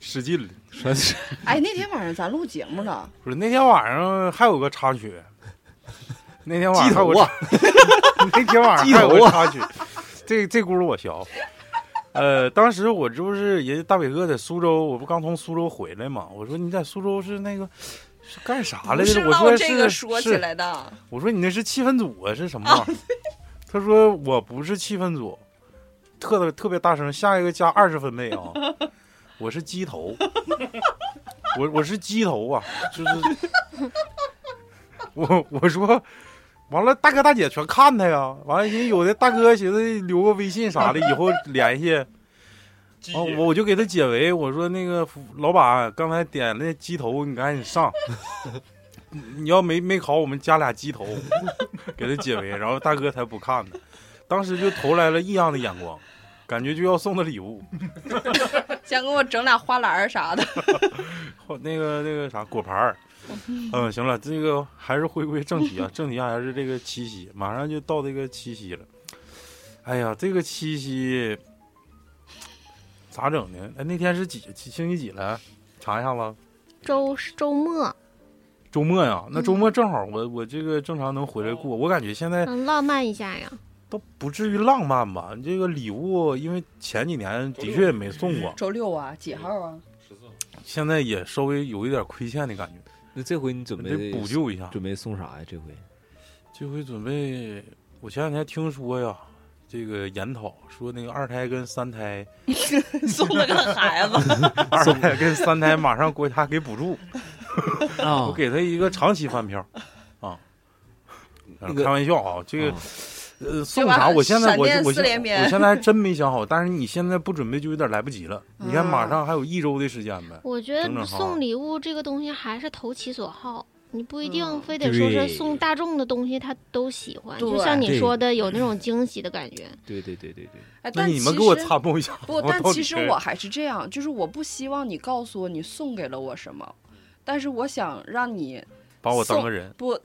使劲了。说是哎，那天晚上咱录节 目了，不是那天晚上还有个插曲，那天晚上还有个啊鸡头插 那天晚上还有鸡头个啊插曲，这这轱辘我学。呃，当时我这不是人家大伟哥在苏州，我不刚从苏州回来嘛？我说你在苏州是那个是干啥来不着？我唠说这个是说起是，来的。我说你那是气氛组啊，是什么玩意儿？他说我不是气氛组，特特别大声，下一个加二十分贝啊，我是鸡头。我我是鸡头啊，就是我我说完了，大哥大姐全看他呀，完了人有的大哥寻思留个微信啥的，以后联系。鸡哦，我我就给他解围，我说那个服老板刚才点了鸡头，你赶紧上， 你你要没没烤，我们加俩鸡头，给他解围。然后大哥才不看呢，当时就投来了异样的眼光，感觉就要送他礼物，想给我整俩花篮儿 啥的。或那个那个啥果盘儿。嗯，行了，这个还是回归正题啊，正题还是这个七夕，马上就到这个七夕了。哎呀，这个七夕咋整呢？哎，那天是几几星期几来？查一下子。周是周末，周末呀，那周末正好我我这个正常能回来过，我感觉现在嗯，浪漫一下呀。倒不至于浪漫吧。这个礼物，因为前几年的确也没送过，周六啊，几号啊？十四号现在也稍微有一点亏欠的感觉，那这回你准备得补救一啊下。准备送啥呀？这回这回准备，我前两天听说呀，这个研讨说那个二胎跟三 胎， 送了个 孩子，二胎跟三胎马上国家给补助，啊我给他一个长期饭票，啊，那个开玩笑啊，这个啊呃，送吧啥？我现在闪我电我四连现鞭我现在还真没想好，但是你现在不准备就有点来不及了。你看，嗯马上还有一周的时间呗。我觉整整得好送礼物这个东西还是投其所好，你不一定嗯非得说是对送大众的东西他都喜欢，就对像你对说的有那嗯种惊喜的感觉。对对对对对，那哎，但你其们给我实参谋一下。 不，但到底其实是我还是这样，就是我不希望你告诉我你送给了我什么，嗯但是我想让你把我当个人，不，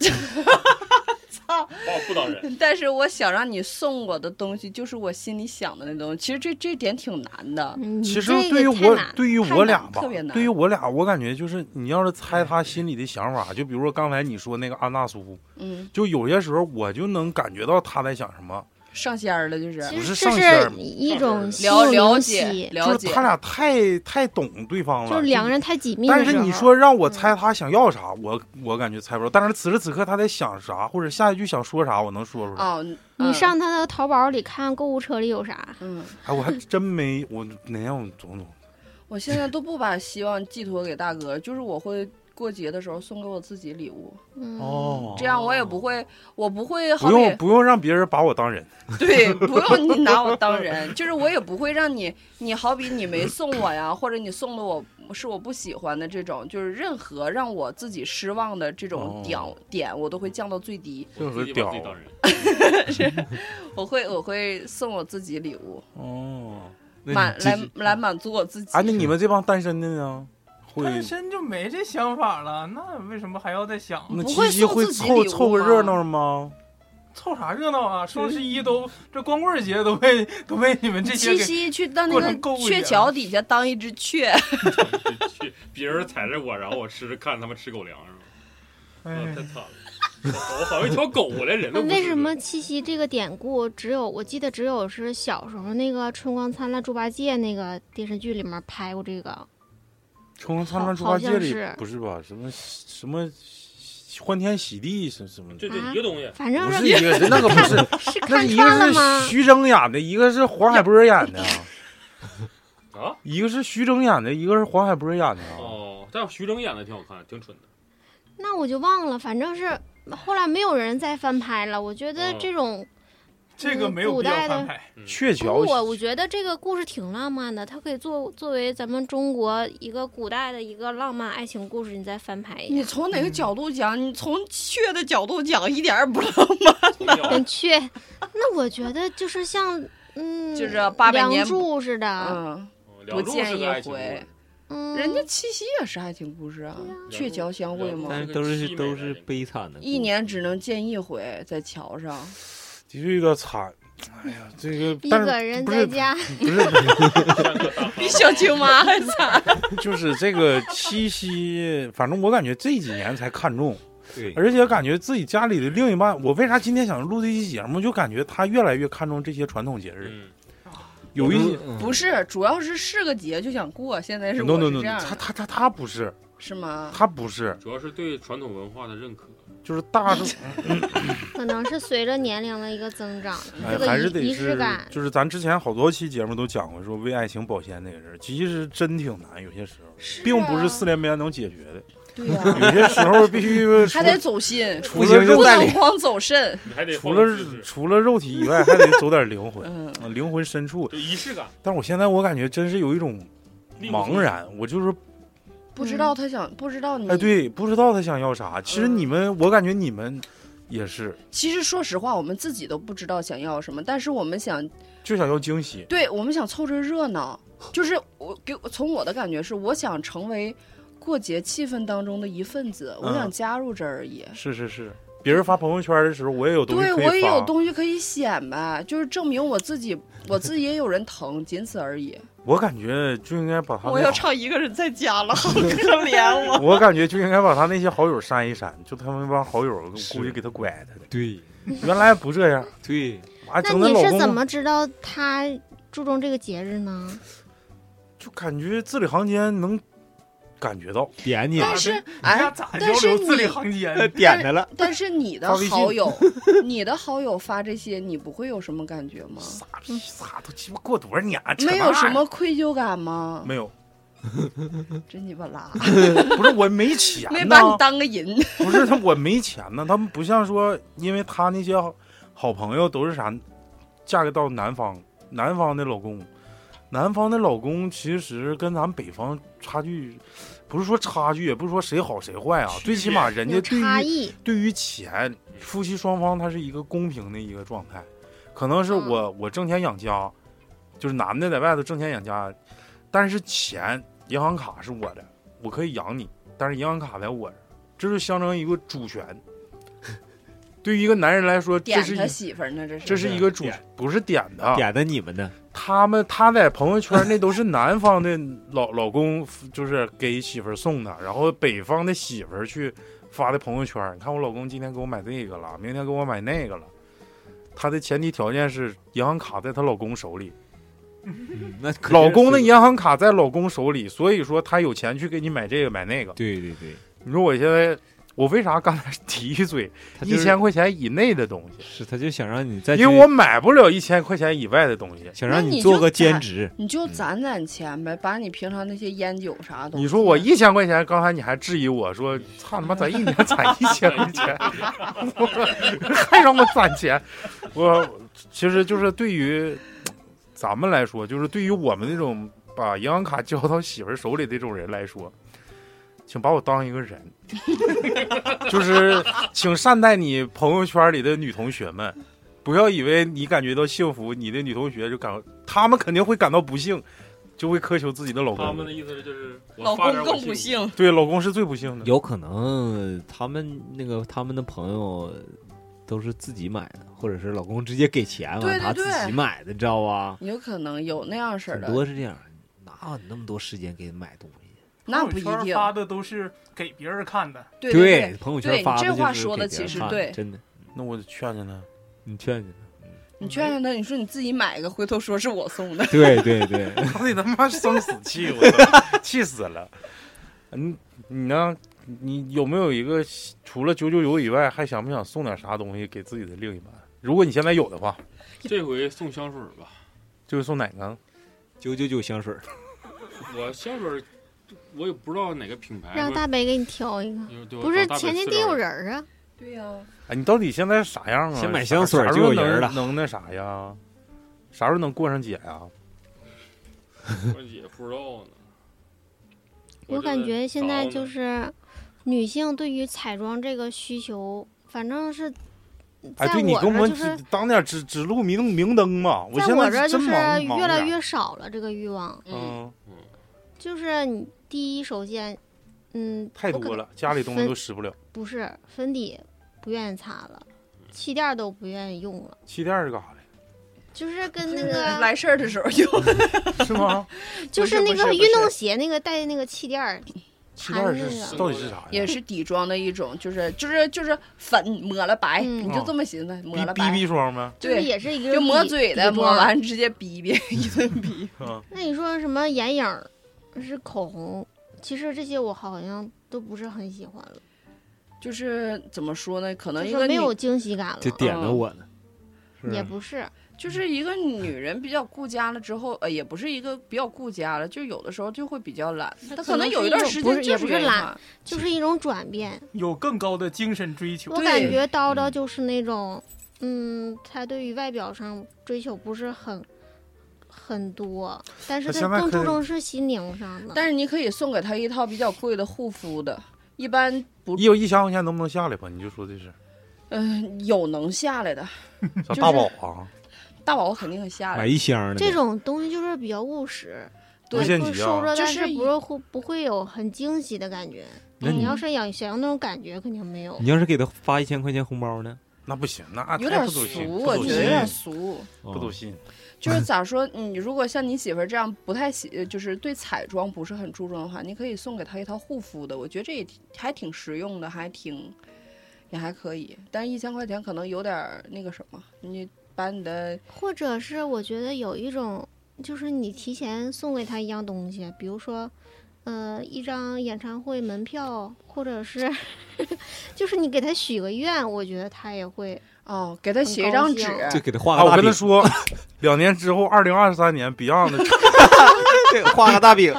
把我不当人，但是我想让你送我的东西就是我心里想的那东西。其实这这点挺难的，嗯，你其实这对于个太我难了。对于太我难俩了吧特别，难对于我俩，我感觉就是你要是猜他心里的想法，就比如说刚才你说那个安娜苏，嗯，就有些时候我就能感觉到他在想什么，上仙儿了就是其不是实上这线儿是一种心了了灵解喜，了就是解他，俩太太懂对方了，就是两个人太紧密的但时候。是你说让嗯我猜他想要啥，我我感觉猜不着。但是此时此刻他在想啥，或者下一句想说啥，我能说出来。哦，你嗯上他的淘宝里看购物车里有啥？嗯，哎，我还真没，我哪天我总总，我现在都不把希望寄托给大哥，就是我会过节的时候送给我自己礼物，嗯，哦这样我也不会，我不会好不比用不用让别人把我当人。 对，不用你拿我当人，就是我也不会让你，你好比你没送我呀，或者你送的我是我不喜欢的这种，就是任何让我自己失望的这种点、哦点，我都会降到最低。这我回自己把自己屌当人。我会我会送我自己礼物，哦，满那来你来满足我自己。哎，那你们这帮单身的呢？会单身就没这想法了，那为什么还要再想？那不七会夕送会自己凑礼物凑个吗热闹吗？凑啥热闹啊？双十一都这光棍节都被 都被你们这些七给夕去到那过成购个物节鹊了桥底下当一只雀，去别人踩着我，然后我吃着看他们吃狗粮是吗？啊哎嗯太，惨了，我好像一条狗来，人都那不是为什么七夕这个典故只有我记得只有是小时候那个《春光灿烂猪八戒》那个电视剧里面拍过这个？ 《春光灿烂好猪八好戒》像里是不是吧？什么什么欢天喜地什什么的？就啊这一个东西？反正不是一个， 那个不是，是那看一个穿了是吗？徐峥演的，一个是黄海波演的啊。一个是徐峥演的，一个是黄海波演的啊。哦，但徐峥演的挺好看，挺蠢的。那我就忘了，反正是后来没有人再翻拍了。我觉得嗯这种这个没有古必要代的翻拍。鹊不桥过，我我觉得这个故事挺浪漫的，它可以作作为咱们中国一个古代的一个浪漫爱情故事，你再翻拍一 你下。从哪个角度讲？你从雀的角度讲，一点儿也不浪从小但却，那我觉得就是像嗯，就是八百年梁祝似的，漫。嗯梁祝是个爱情故事嗯，嗯，人家七夕也是爱情故事啊，鹊桥相会吗？但但是是都是都是都都是是悲惨的，一年只能见一回，在桥上。的确有点惨。哎呀，这个一但个是人不在是家，不是， 比小青蛙还惨。就是这个七夕，反正我感觉这几年才看重，对，而且感觉自己家里的另一半，我为啥今天想录这期节目，就感觉他越来越看重这些传统节日，嗯，有一些。嗯 不是，主要是是个节就想过，现在是 no 我 no 是 no，这样他的，他他他不是，是吗？他不是，主要是对传统文化的认可。就是大是可能是随着年龄的一个增 长，哎这，个还仪是得仪式是感，就是咱之前好多期节目都讲过，说为爱情保鲜这个事儿，其实真挺难，有些时候，并不是四连鞭能解决的，对 呀，有些时候必须除还得走心，除行了就肉不带能领光走肾。你还得除放了个姿势除了肉体以外，还得走点灵魂，嗯，啊灵魂深处。就仪式感，但是我现在我感觉真是有一种力不茫从然，我就是不知道他想，不知道你。嗯哎，对，不知道他想要啥。其实嗯你们，我感觉你们也是，其实说实话，我们自己都不知道想要什么，但是我们想，就想要惊喜。对我们想凑这热闹。就是我给我从我的感觉是，我想成为过节气氛当中的一份子，我嗯想加入这儿而已。是是是，别人发朋友圈的时候，我也有东西对可以我也有发东西可以显摆，就是证明我自己，我自己也有人疼，仅此而已。我感觉就应该把他那我要唱一个人在 家了，好可怜我。我感觉就应该把他那些好友删一删，就他们那帮好友，我是估计给他拐他的。对原来不这样，对，妈那整的你老是怎公么知道他注重这个节日呢？就感觉字里行间能感觉到。点你啊但是，你俩哎，咋交但是流字里你行呃间？点他了，但是你的发微信好 友，你的好友发这些，你不会有什么感觉吗？傻逼，傻都鸡巴过多少年了，扯没有那什玩意么愧疚感吗儿。？没有，真鸡巴 拉，不是我没啊钱 没把你呐，当个人。 不是他我没钱呐，他们不像说，因为他那些好好朋友都是啥，嫁给到南方，南方的老公，南方的老公其实跟咱们北方差距，不是说差距，也不是说谁好谁坏啊，最起码人家有对差于异，对于钱，夫妻双方他是一个公平的一个状态，可能是嗯我、我挣钱养家，就是男的在外头挣钱养家，但是钱银行卡是我的，我可以养你，但是银行卡在我这儿，这就相当于一个主权。 对于一个男人来说，这点是一他媳妇儿呢，这是这是一个主点，不是点的。点的你们呢？他们他在朋友圈那都是南方的老 老公，就是给媳妇儿送的，然后北方的媳妇儿去发的朋友圈。你看我老公今天给我买这个了，明天给我买那个了。他的前提条件是银行卡在她老公手里，嗯那肯定老是公的银行卡在老公手里，所以说他有钱去给你买这个买那个。对对对，你说我现在我为啥刚才提一嘴他一就是千块钱以内的东西？是他就想让你再去因为我买不了一千块钱以外的东西。想那让你做就个兼攒职，你就攒攒钱呗，把你平常那些烟酒啥的东嗯西。你说我一千块钱，刚才你还质疑我说，操他妈，咱一年攒一千块钱，还让我攒钱，我其实就是对于咱们来说，就是对于我们这种把银行卡交到媳妇儿手里的这种人来说，请把我当一个人， 就是请善待你朋友圈里的女同学们。不要以为你感觉到幸福，你的女同学就感，她们肯定会感到不幸，就会苛求自己的老公。他们的意思就是我老发公点更我不幸幸，对，老公是最不幸的。有可能他们那个他们的朋友都是自己买的，或者是老公直接给钱对对完他自对己买的，你知道吧？有可能有那样式儿很的，多是这样，哪有那么多时间给你买东西？那不朋一友圈定。发的都是给别人看的，对对，朋友对圈你发这就话是说给的别其人实看对真的，那我劝劝 他，你劝劝他。你劝劝他，你说你自己买一个，回头说是我送的。对对对，他得他妈生死气，我操，气死 了。你嗯你呢？你有没有一个除了九九九以外，还想不想送点啥东西给自己的另一半？如果你现在有的话，这回送香水吧，就是送哪个呢？九九九香水儿，我香水我也哎不知道哪个品牌，让大北给你挑一个。有对我不是找大前北天四得有找人儿啊，对呀、哎，你到底现在啥样啊？先买香水就有人了啥时候能能那啥呀？啥时候能过上姐呀？我也不知道呢。我感觉现在就找呢是女性对于彩妆这个需求，反正是哎，在对你我给我这儿们就是指当点指指路明明灯嘛！我在现我这在儿就真是忙忙越来点儿越少了这个欲望。嗯，嗯，就是你第一，首先，嗯，太我可多了，家里东西都使不了。不是粉底不愿意擦了，气垫儿都不愿意用了，气垫是干啥就是跟那啊就是个来事儿的时候就的？是吗？就不是那不个是运不是动鞋那个带那个气垫儿，气垫含那是个到底是啥呀？也是底妆的一种，就是就是就是粉抹了白，嗯你就这么寻思，抹 B 了 B 白， B 霜 呗，就是对也是一个就抹底嘴底的，抹妆完直接逼逼一顿逼。嗯，那你说什么眼影儿，是口红，其实这些我好像都不是很喜欢了。 就是怎么说呢？可能一就个是没女有惊喜感了，就点着我呢，是也不是，就是一个女人比较顾家了之后，呃，也不是一个比较顾家了，就有的时候就会比较懒。她可能有一段时不间是就也不是愿意懒嘛，就是一种转变。有更高的精神追求我。对感觉叨叨就是那种，嗯，他对于外表上追求不是很很多，但是他他现在更可以注重是心灵上的。但是你可以送给她一套比较贵的护肤的，一般不，一一千块钱能不能下来吧？你就说这 是嗯、有能下来的，啥就是大宝啊？大宝肯定能下买来。一箱的。这种东西就是比较务实，对对，无限会极啊收着，就但是是以不是会不会有很惊喜的感觉？嗯那你你要是想想要那种感觉，肯定没有。你要是给他发一千块钱红包呢？那不行，那啊有太点不走俗，心，我不走觉得有点心，俗。不走哦心。就是咋说，你如果像你媳妇儿这样不太喜，就是对彩妆不是很注重的话，你可以送给她一套护肤的，我觉得这也挺还挺实用的，还挺也还可以。但是一千块钱可能有点儿那个什么，你把你的或者是我觉得有一种，就是你提前送给他一样东西，比如说，呃，一张演唱会门票，或者是， 就是你给他许个愿，我觉得他也会。哦，给她写一张纸，很高哦就给他画啊，个我大跟饼他，说， 两年之后，二零二三年 Beyond 的 对，画个大 饼，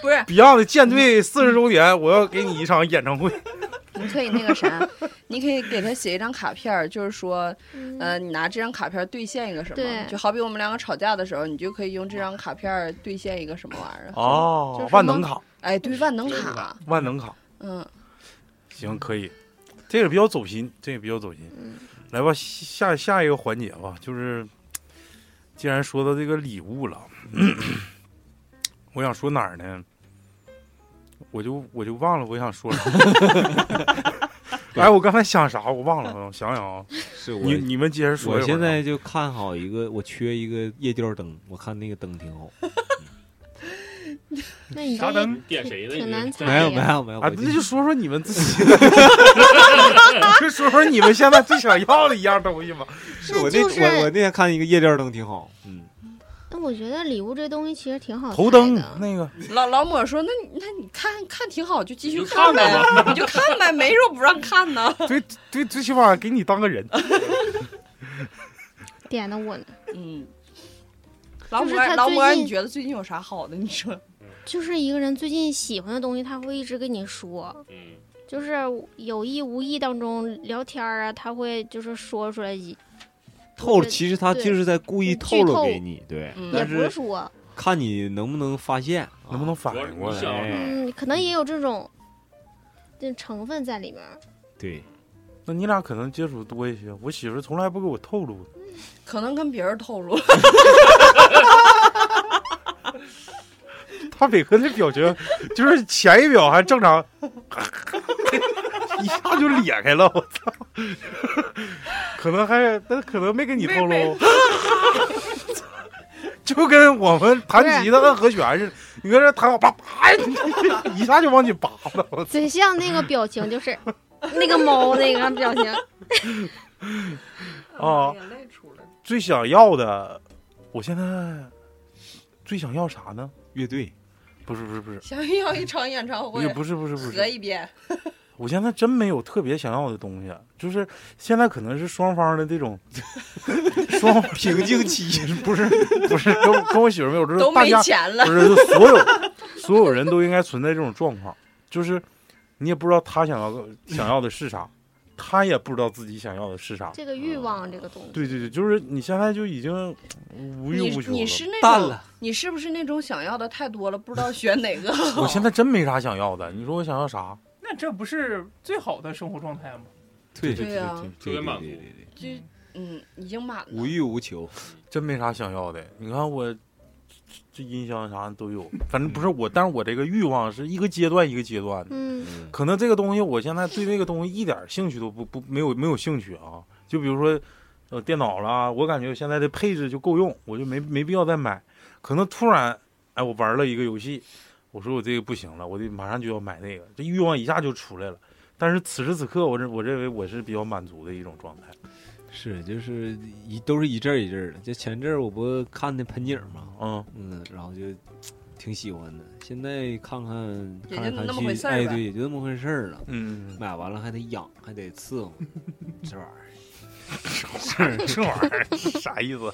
不是 Beyond 的舰队四十周年，我要给你一场演唱会。你可以那个啥，你可以给她写一张卡片儿，就是说，嗯呃，你拿这张卡片儿兑现一个什么，对就好比我们两个吵架的时候，你就可以用这张卡片儿兑现一个什么玩意儿。哦就，是万能卡，哎，对，万能就是卡，万能卡，嗯，行，可以。这个比较走心，这个比较走心。嗯来吧，下下一个环节吧，就是既然说到这个礼物了， 我想说哪儿呢？我就我就忘了我想说啥。 哎，我刚才想啥我忘了，我想想啊，是我你你们接着说一我会儿啊。现在就看好一个，我缺一个夜吊灯，我看那个灯挺好。那你啥这灯点谁呢？挺难你猜 这没有没呀有没有，啊，我那就说说你们自 己，就说说你们现在最想要的一样东西吧。是我那那就是我我那天看一个夜吊灯挺好，嗯，那我觉得礼物这东西其实挺好头猜灯的那个，老老抹说：“那你那你看看挺好，就继续你就看呗吧，你就看呗，没说不让看呢。最最最起码给你当个人。点的我呢，”嗯，老就是抹他老最抹，近你觉得最近有啥好的？你说就是一个人最近喜欢的东西，他会一直跟你说，嗯，就是有意无意当中聊天儿啊，他会就是说出来一，透觉了，其实他对就是在故意嗯剧透露透给你，对嗯，也但不是是说，看你能不能发现，啊能不能反应过主要来？是哎嗯，可能也有这种这成分在里面儿。对，那你俩可能接触多一些，我媳妇儿从来不给我透露。可能跟别人透露，她每回的表情，就是前一秒还正常，一下就裂开了。我操！可能还，那可能没跟你透露， 就跟我 们弹吉他摁和弦似的，你搁这弹好，叭叭， 一下就往起拔了。我操！最像那个表情就是 那个猫那个表情，啊眼泪出来了。最想要的，我现在最想要啥呢？乐队不是不是不是，想要一场演唱会也，不是不是不合是，一遍。我现在真没有特别想要的东西，就是现在可能是双方的这种 双方平静期不是不是跟我跟我媳妇儿没有，这都是大没家钱了不，是就所有所有人都应该存在这种状况，就是你也不知道他想要个想要的是啥，他也不知道自己想要的是啥。这个欲望这个东西，对对对，就是你现在就已经无欲你无求了。你是那淡种了，你是不是那种想要的太多了，不知道选哪个好？我现在真没啥想要的，你说我想要啥？那这不是最好的生活状态吗？对对啊呀特别满足对对对就嗯，已经满无了。欲无求，真没啥想要的。你看我这这音箱啥都有，反正不是我，但是我这个欲望是一个阶段一个阶段的。嗯，嗯，可能这个东西我现在对这个东西一点兴趣都不不没有没有兴趣啊。就比如说呃电脑啦，我感觉现在的配置就够用，我就没没必要再买。可能突然哎，我玩了一个游戏，我说我这个不行了，我得马上就要买这个，这欲望一下就出来了。但是此时此刻，我认我认为我是比较满足的一种状态。是就是一都是一阵儿一阵儿的。就前阵儿我不看那盆景儿嘛，嗯嗯，然后就挺喜欢的。现在看看也就看来那么看回去，事儿哎，呗对，也就那么回事儿了。嗯，买完了还得养，还得伺候，这 玩意儿 啊这玩意儿啥意思？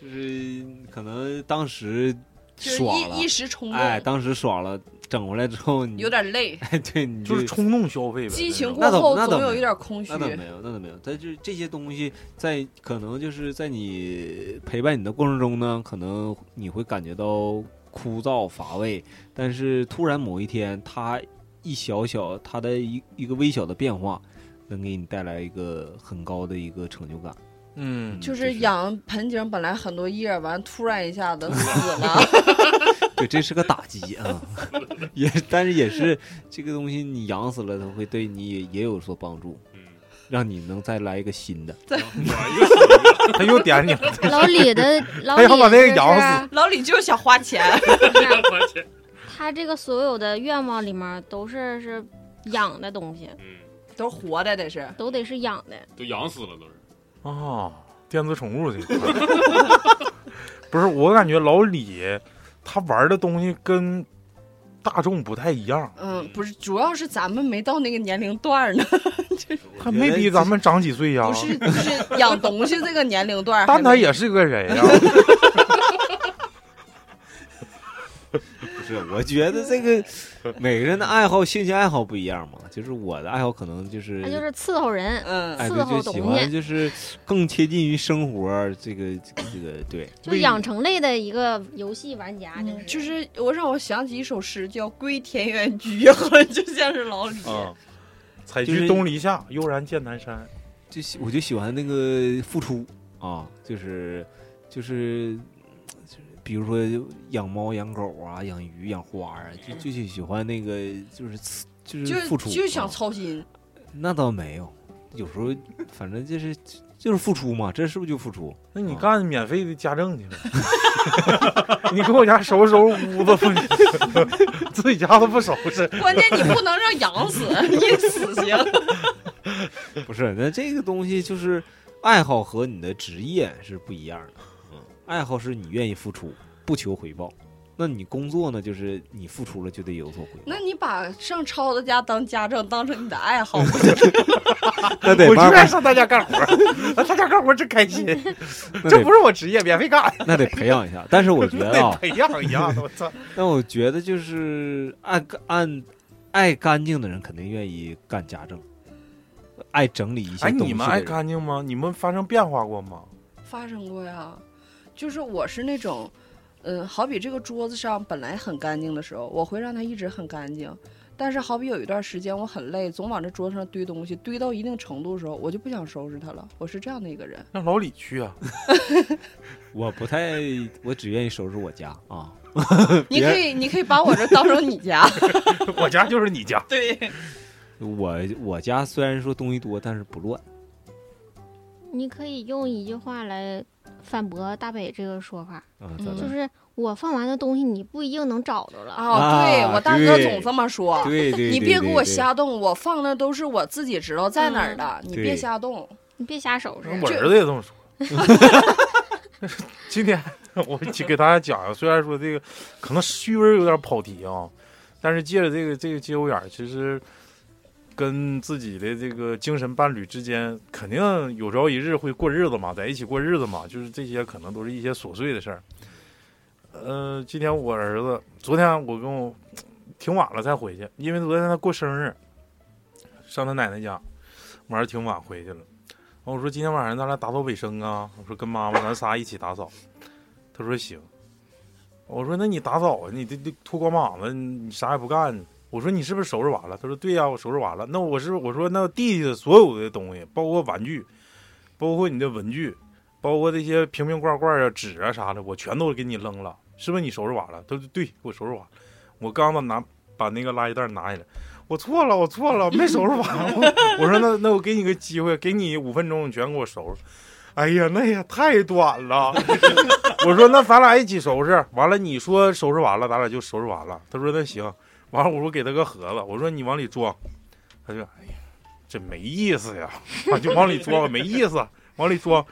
就是可能当时就是爽了一一，时冲动，哎，当时爽了，整回来之后你有点累，哎，对，你就是冲动消费呗。激情过那倒后那倒总没有有一点空虚那。倒没有，那倒没有。但就是这些东西在，可能就是在你陪伴你的过程中呢，可能你会感觉到枯燥乏味。但是突然某一天，它一小小它的一一个微小的变化，能给你带来一个很高的一个成就感。嗯，就是养盆景本来很多叶，完突然一下子 死了，对，这是个打击 啊，也但是也是这个东西，你养死了，它会对你也也有所帮助，嗯，让你能再来一个新的。他又点你了。老李的老哎呀李把那个就是养老李就是想花钱， 我去，他这个所有的愿望里面都是是养的东西，嗯， 都是活的，这是。都得是养的。都养死了都是。 啊，电子宠物这一块儿， 不是我感觉老李他玩的东西跟大众不太一样，嗯，不是，主要是咱们没到那个年龄段儿呢，还没比咱们长几岁呀、 不是， 就是养东西这个年龄段儿还没。但他也是个人 呀、不是，我觉得这个 每个人的爱好、兴趣爱好不一样嘛。就是我的爱好可能就是他就是伺候人，嗯，哎，伺对，候就喜东西欢就是更贴近于生活儿，这个这个这个对，就养成类的一个游戏玩哎家，就是、嗯就是我让我想起一首诗，叫《归田园居》， 好像就像是老李。嗯啊，采就是菊东篱下，悠然见南山。就喜我就喜欢那个付出啊，就是就是就是，比如说养猫、养狗啊，养鱼、养花啊，就就喜喜欢那个就是刺就是就付出，就啊想操心，那倒没有，有时候反正就是就是付出嘛，这是不是就付出？那你啊干免费的家政去 了？你给我家收拾收拾屋子不行？ 自己家都不收拾，关键你不能让养 死，你死刑。 不是，那这个东西就是爱好和你的职业是不一样的。嗯，爱好是你愿意付出，不求回报。那你工作呢，就是你付出了就得有所回报那。你把上超子家当家政当成你的爱好，不就 那得我就慢爱慢，上他家干 活儿，他家干活儿真开心，那这得不是我职业，免费干，那得培养一下。但是我觉得得啊，培养一样的。我 操，但我觉得就是爱干按爱干净的人肯定愿意干家政，爱整理一些哎，东西你的们人。爱干净吗？你们发生变化过吗？发生过呀？就是我是那种，嗯，好比这个桌子上本来很干净的时候，我会让它一直很干净。但是好比有一段时间我很累，总往这桌子上堆东西，堆到一定程度的时候，我就不想收拾它了。我是这样的一个人。让老李去啊！我不太，我只愿意收拾我家啊。 你可以，你可以把我这当成你家。 我家就是你家，对，我我家虽然说东西多，但是不乱。你可以用一句话来反驳大北这个说法，啊，嗯咋的就？是我放完的东西你不一定能找着了。哦，对啊我大哥对总这么说。对对，你对别给我。对对瞎动，我放的都是我自己知道在哪儿的，你别对瞎动。你别瞎收拾。我儿子也这么说。 今天我给大家讲，啊虽然说这个可能稍微有点跑题啊，但是借着这个这个节骨眼儿，其实跟自己的这个精神伴侣之间，肯定有朝一日会过日子嘛，在一起过日子嘛，就是这些可能都是一些琐碎的事儿。呃，今天我儿子，昨天我跟我挺晚了才回去，因为昨天他过生日，上他奶奶家玩儿挺晚回去了。然后我说今天晚上咱俩打扫卫生啊，我说跟妈妈咱仨一起打扫，他说行。我说那你打扫啊，你这这脱光膀子，你啥也不干。我说你是不是收拾完了？他说对呀、我收拾完了。那我是我说那弟弟的所有的东西，包括玩具，包括你的文具，包括这些瓶瓶罐罐啊、纸啊啥的，我全都给你扔了，是不是你收拾完了？他说对，我收拾完了。我刚刚拿把那个垃圾袋拿起来，我错了，我错了，没收 拾完。我我说那那我给你个机会，给你五分钟，你全给我收拾。哎呀，那也太短 了。我说那咱俩一起收拾，完了你说收拾完了，咱俩就收拾完了。他说那行，完了我说给他个盒子，我说你往里装，他就哎呀，这没意思呀，啊就往里装，没意思，往里装。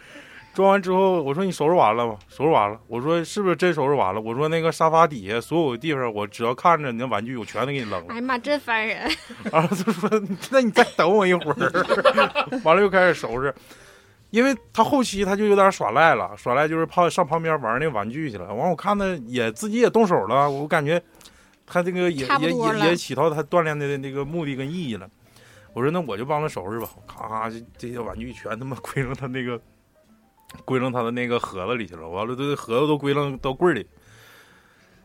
装完之后，我说你收拾完了吗？收拾完了。我说是不是真收拾完了？我说那个沙发底下所有地方，我只要看着你的玩具，我全都给你扔了哎。呀妈，真烦人！ 然后他说：“那你再等我一会儿。” 完了又开始收拾，因为他后期他就有点耍赖了，耍赖就是怕上旁边玩那玩具去了。完我看他也自己也动手了，我感觉他这个也差不也多也了也起到他锻炼的那个目的跟意义了。我说那我就帮他收拾吧，咔咔这这些玩具全他妈归拢他那个归拢他的那个盒子里去了，完了这盒子都归拢到柜儿里。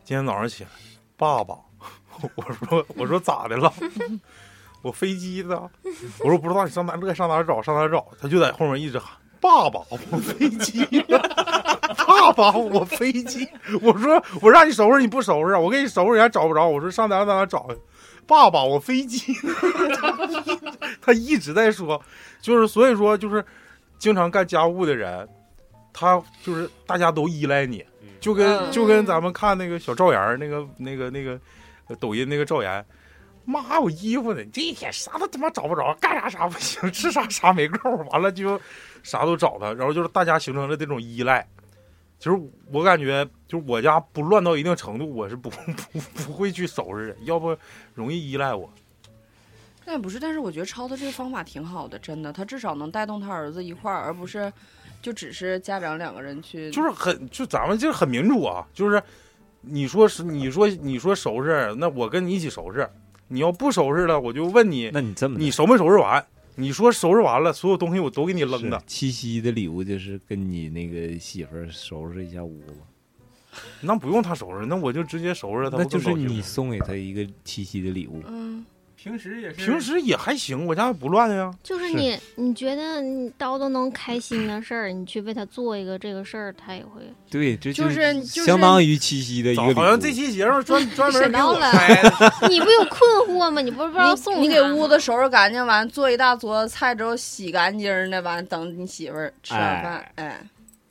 今天早上起来，爸 爸，我说我说咋的了？我飞机呢？我说不知道，你上哪乐上哪找上哪找？他就在后面一直喊：“爸爸，我飞机 了！爸爸，我飞机！”我说：“我让你收拾，你不收拾啊，我给你收拾也找不着。”我说：“上哪儿上哪儿找去？”爸爸，我飞机呢！他一直在说，就是所以说就是经常干家务的人，他就是大家都依赖你，就跟嗯就跟咱们看那个小赵岩儿那个那个那个呃抖音那个赵岩。妈，我衣服呢？这一天啥都他妈找不着，干啥啥不行，吃啥啥没够，完了就啥都找他，然后就是大家形成了这种依赖。其实我感觉，就是我家不乱到一定程度，我是不 不不会去收拾人，要不容易依赖我。但也不是，但是我觉得超的这个方法挺好的，真的，他至少能带动他儿子一块儿，而不是就只是家长两个人去。就是很就咱们这很民主啊，就是你说是你说你说收拾，那我跟你一起收拾。你要不收拾了，我就问你，那你这么的你收没收拾完？你说收拾完了，所有东西我都给你是扔了，七夕的礼物就是跟你那个媳妇儿收拾一下屋吧，那不用他收拾，那我就直接收拾了。他那不就更是高兴你吗送给她一个七夕的礼物。嗯，平时也是平时也还行，我家也不乱呀、就是是你，你觉得你叨叨能开心的事儿，你去为他做一个这个事儿，他也会对，这就是是就是相当于七夕的一个早礼物。好像这期节目 专专门想给我到了拍的， 你不有困惑吗？你不是不知道送你他给吗屋子收拾干净完，做一大桌子菜之后洗干净儿的，完等你媳妇儿吃完饭，哎，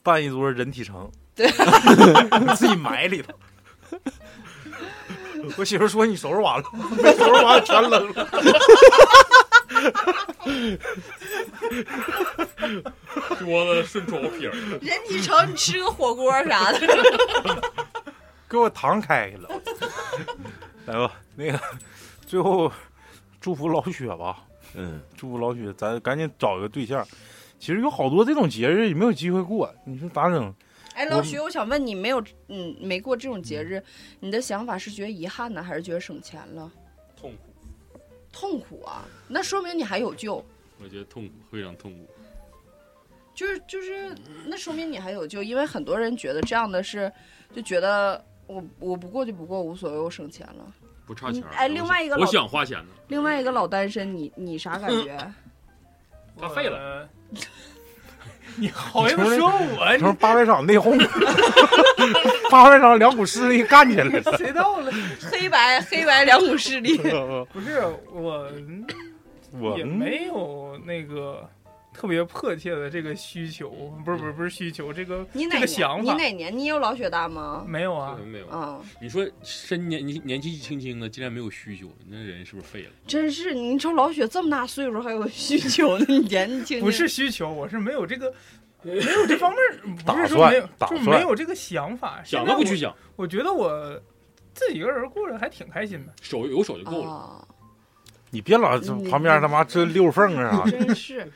办一桌人体城，对， 自己埋里头。 我媳妇说你收拾完了，没收拾完全扔了。桌子顺窗户撇儿， 人体城你吃个火锅啥的，给我糖开了。 来吧，那个最后祝福老雪吧，嗯，祝福老雪，咱赶紧找一个对象。其实有好多这种节日也没有机会过，你说咋整？ 哎，我老徐，我想问你，没有嗯没过这种节日，你的想法是觉得遗憾呢，还是觉得省钱了？痛苦，痛苦啊，那说明你还有救，我觉得痛苦，非常痛苦。就是就是，那说明你还有救，因为很多人觉得这样的是，就觉得我我不过就不过，无所谓，我省钱了。不差钱儿。哎另外一个我老想花钱呢，另外一个老单身，你你啥感觉？他废了。了。 你好意思说我？啊成八百场内讧， 八百场两股势力干起来你 谁到了？ 黑白黑白两股势 力，了。不是我我嗯也没有那个特别迫切的这个需求，不是不是不是需求，这个你哪这年？个想你法哪年？你有老雪大吗？没有啊这个。没有。嗯，你说身年年年纪轻轻的，竟然没有需求，那人是不是废了？真是你瞅老雪这么大岁数还有需求呢，你年纪轻轻不是需求，我是没有这个，没有这方面儿，不打是说算没有，打就算没有这个想法。想现都在不我去想，我觉得我自己一个人过着还挺开心的。手有手就够了。 啊，你别老这旁边他妈这溜缝儿啊！真是。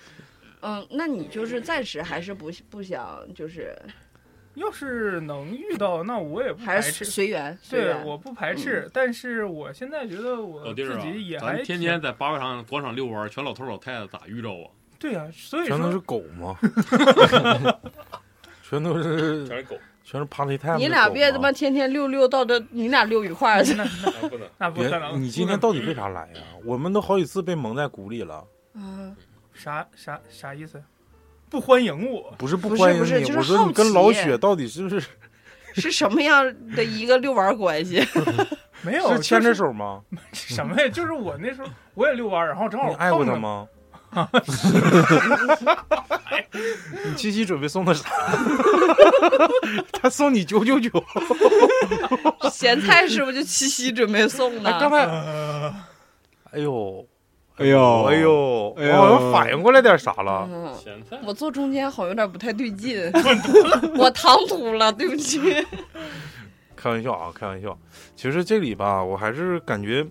嗯，那你就是暂时还是不不想，就是要是能遇到，那我也不排还是斥。随缘随对，缘。我不嗯排斥，但是我现在觉得我老弟儿自啊己也，还咱挺天天在八卦上广场遛弯儿，全老头老太太咋遇着啊？对啊，所以全都是说狗 吗？全都是是狗，全是 party time 的狗吗。你俩啊别他妈天天溜溜到这，你俩溜一块儿去。不能。那不可别！能。你今天到底为啥来呀？我们都好几次被蒙在鼓里了，嗯，啥啥啥意思？不欢迎我？不是不不是欢迎不是你，就是我说好你跟老奇雪到底是不是是什么样的一个遛弯儿关系？ 没有，是牵着就是手吗？什么呀？就是我那时候我也遛弯儿，然后正好你爱过碰他着？吗？你七夕准备送他啥？ 他送你九九九。咸菜是不是就七夕准备送哎，刚的？才呃，哎呦，哎呦哎呦，哎我呦好像反应过来点啥了。嗯，咸菜，我坐中间好像有点不太 对劲，我唐突了，对不起。开玩笑啊，开玩笑。其实这里吧，我还是感觉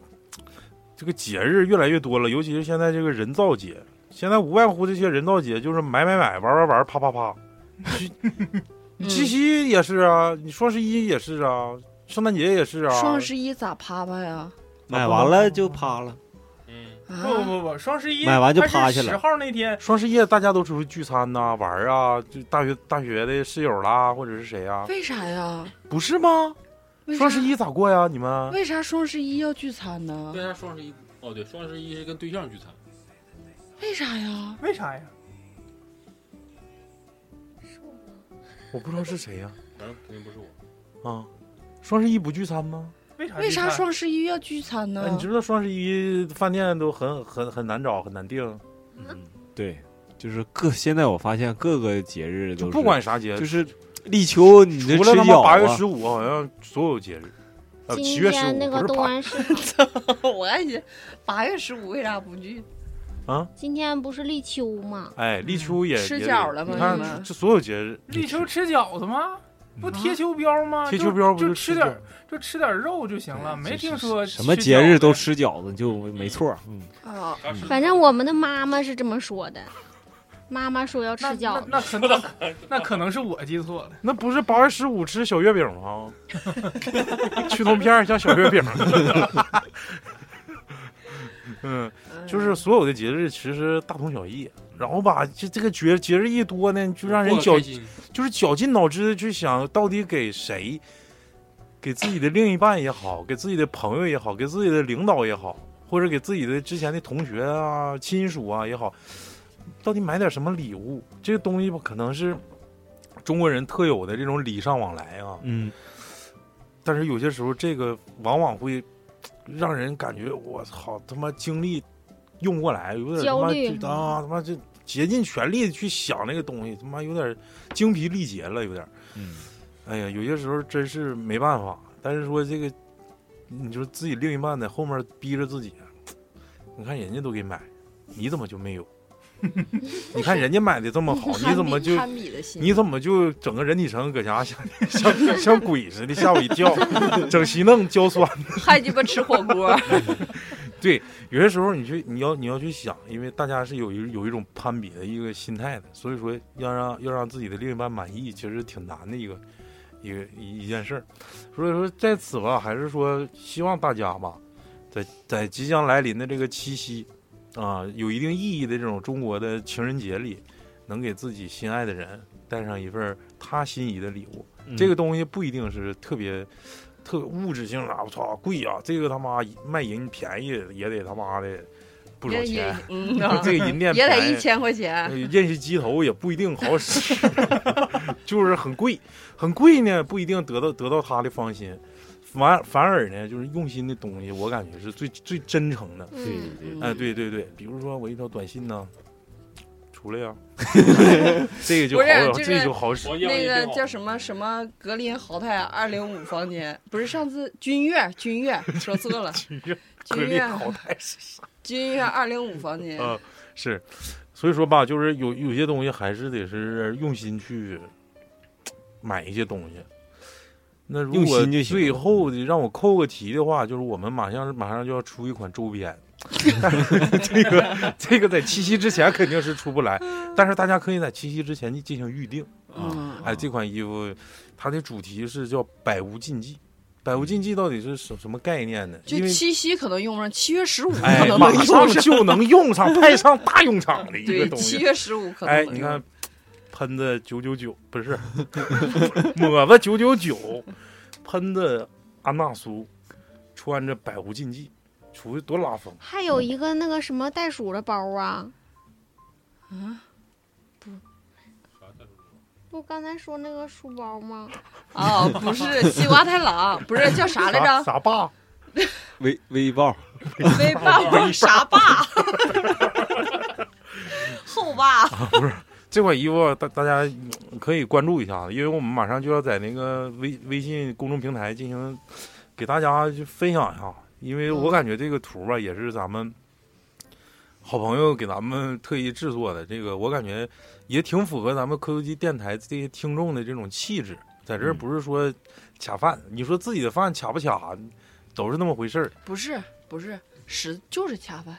这个节日越来越多了，尤其是现在这个人造节，现在无外乎这些人造节就是买买买、玩玩玩、啪啪啪。嗯你七夕也是啊，你双十一也是啊，圣诞节也是啊。双十一咋啪啪呀？买完了就趴了，嗯，啊，不不不，双十一买完就趴下了十号那天，双十一大家都出去聚餐呐、玩儿啊，就大学大学的室友啦，或者是谁啊？为啥呀？不是吗？为啥双十一咋过呀？你们为啥双十一要聚餐呢为？啥双十一？哦，对，双十一是跟对象聚餐，为啥呀？为啥呀？我不知道是谁呀反正肯定不是我。啊双十一不聚餐吗？为啥？为啥？双十一要聚餐哎，呢你？知不知道双十一饭店都很很很难找，很难订，嗯，对，就是各现在我发现各个节日都就是不管啥节，就是力求你这除吃了他妈饺八月啊十五，好像所有节日，呃，七今月十天那五个不是东八，安市场， 我感觉八月十五为啥不聚？今天不是立秋吗？哎，立秋也嗯吃也饺了吗你你们看这所有节日，立秋吃饺子吗？不贴秋膘吗？嗯贴就秋膘不就吃吃饺点就吃点肉就行了，没听说什么吃节日饺子都吃饺子，就没错。嗯，啊，他是反正我们的妈妈是这么说的，妈妈说要吃那饺那子，那可能那可能是我记错了，那不是八月十五吃小月饼吗？ 去头片儿像小月饼。 嗯，就是所有的节日其实大同小异，然后吧，这这个节节日一多呢，就让人过绞得开心就是绞尽脑汁去想到底给谁，给自己的另一半也好，给自己的朋友也好，给自己的领导也好，或者给自己的之前的同学啊、亲属啊也好，到底买点什么礼物？这个东西吧，可能是中国人特有的这种礼尚往来啊。嗯，但是有些时候，这个往往会让人感觉我操他妈精力用不过来，有点他妈焦虑就啊他妈就竭尽全力去想那个东西，他妈有点精疲力竭了，有点。嗯，哎呀，有些时候真是没办法。但是说这个，你说自己另一半在后面逼着自己，啊你看人家都给买，你怎么就没有？ 你看人家买的这么 好，你怎么就攀比的心？你怎么就整个人体城搁家像 像像鬼似的，吓我一跳， 整稀弄焦酸。还鸡巴吃火锅？有些时候你去你要你要去想，因为大家是有一有一种攀比的一个心态的，所以说要让要让自己的另一半满意，其实挺难的一个一个一一件事儿。所以说在此吧，还是说希望大家吧，在在即将来临的这个七夕啊，有一定意义的这种中国的情人节里，能给自己心爱的人带上一份儿他心仪的礼物。这个东西不一定是特别特物质性的，啊我操贵呀、这个他妈卖银便宜也得他妈的不少也也钱，嗯，啊这个银店也得便宜一千块 钱。呃宴席鸡头也不一定好使， 就是很贵，很贵呢，不一定得到得到他的芳心，反反而呢，就是用心的东西，我感觉是最最真诚的。对嗯，对哎，嗯对对对，比如说我一条短信呢，出来呀、 这个就不是好，就是这个就好使。我要那一个定叫什么什么格林豪泰二零五房间，不是上次君悦君悦说错了，格君力悦好歹是君悦二零五房间，啊是，所以说吧，就是有有些东西还是得是用心去买一些东西。那如用果心就行最后的让我扣个题的话，就是我们马上马上就要出一款周 边，但是这个这个在七夕之前肯定是出不来，但是大家可以在七夕之前进行预定。嗯哎，这款衣服它的主题是叫“百无禁忌”，“百无禁忌”到底是什什么概念呢？就因为七夕可能用上，七月十五可 哎，能马能上用上，就能用 上，派上大用场的一个对，东西七。月十五可能哎，能你用看，喷子九九九不是， 抹子九九九，喷子安娜苏，穿着百无禁忌，出去多拉风。还有一个那个什么袋鼠的包啊，啊不刚才说那个书包吗？哦，不是西瓜太郎，不是叫啥来啥着？啥爸？微微豹，微爸啥爸？ 后爸啊这款衣服大大家嗯可以关注一下，因为我们马上就要在那个微微信公众平台进行给大家就分享一下，因为我感觉这个图吧也是咱们好朋友给咱们特意制作的，这个我感觉也挺符合咱们科技电台这些听众的这种气质。在这儿嗯不是说卡饭，你说自己的饭卡不卡，都是那么回事儿。不是不是，实就是恰饭，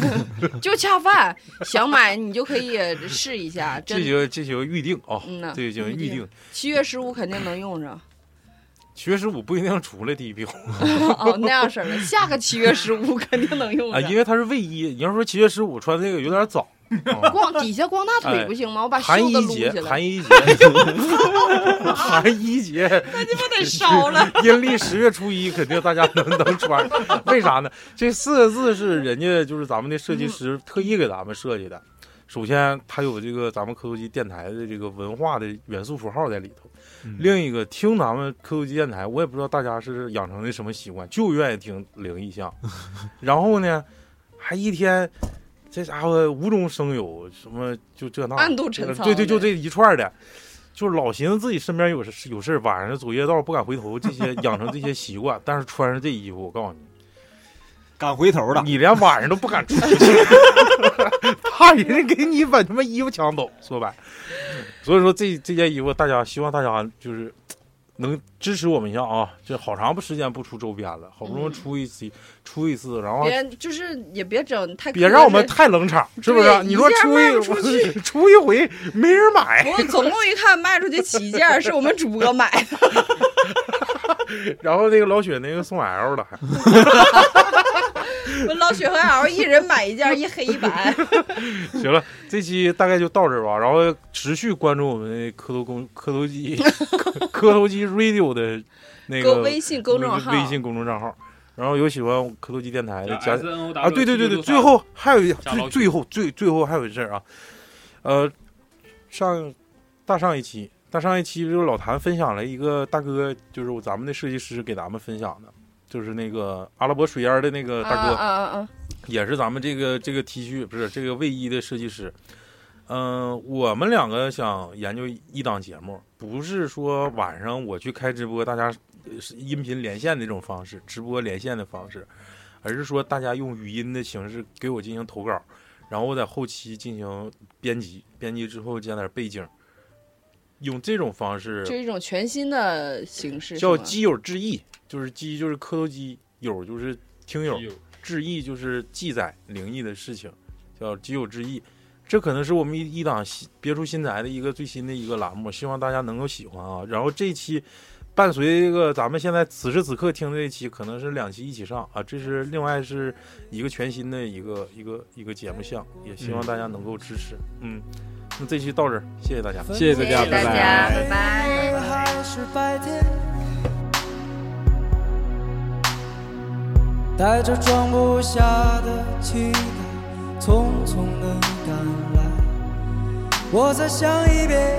就恰饭，想买你就可以试一 下，这真些这些预定啊，嗯呐，这些预定，七月十五肯定能 用上。七月十五不一定出来第一批货哦，那样式儿的，下个七月 十五肯定能用啊，上。因为它是卫衣。你要说七月十五穿这个有点早，啊光底下光大腿不行吗？我把哎寒袖子衣撸起节，来，寒衣节， 寒衣节，那鸡巴得烧 了。阴历十月初一肯定大家能能穿， 为啥呢？这四个字是人家就是咱们的设计师特意给咱们设计的。首先，它有这个咱们科技电台的这个文化的元素符号在里头。另一个，听咱们科技电台，我也不知道大家是养成的什么习惯，就愿意听灵异像。然后呢，还一天，这家伙无中生有，什么就这那暗度陈仓对对，的就这一串的，就是老寻思自己身边有事有事儿，晚上走夜道不敢回头，这些养成这些习惯，但是穿上这衣服，我告诉你，敢回头了，你连晚上都不敢出去，怕人家给你把他妈衣服抢走。说白了，所以说这这件衣服，大家希望大家就是能支持我们一下啊！这好长时间不出周边了，好不容易嗯出一次，出一次，然后别就是也别整太苛别让我们责太冷场，是不是？对你说一件出卖不一出去出一回没人买，不过总共一看卖出去七件儿，是我们主播买的。然后那个老雪那个送 L 了，还。我老雪和 L 一人买一件儿，一黑一白。行了，这期大概就到这儿吧。然后持续关注我们的磕头公磕头机磕磕头机 Radio 的那搁个微信公众号，微信公众账号。然后有喜欢磕头机电台的加 S N O W 啊，对对对对，最后还有一最最后最最后还有一事儿啊，呃，上大上一期大上一期就是老谭分享了一个大哥，就是咱们的设计师给咱们分享的，就是那个阿拉伯水烟的那个大哥，啊啊啊！也是咱们这个这个 T 恤不是这个卫衣的设计师。嗯、我们两个想研究一档节目，不是说晚上我去开直播，大家呃是音频连线的这种方式，直播连线的方式，而是说大家用语音的形式给我进行投稿，然后我在后期进行编辑，编辑之后加点背景，用这种方式就一种全新的形式，叫是吗基友致意，就是基就是磕头基，友就是听友，致意就是记载灵异的事情，叫基友致意。这可能是我们一一档新别出心裁的一个最新的一个栏目，希望大家能够喜欢啊。然后这一期伴随这个咱们现在此时此刻听的这一期，可能是两期一起上啊，这是另外是一个全新的一个一个一个节目项，也希望大家能够支持。嗯，那这期到这儿，谢谢大家。谢嗯谢大谢家，谢大拜家，拜。拜拜。还是白天，带着装不下的期待，匆匆的赶来。我再想一遍，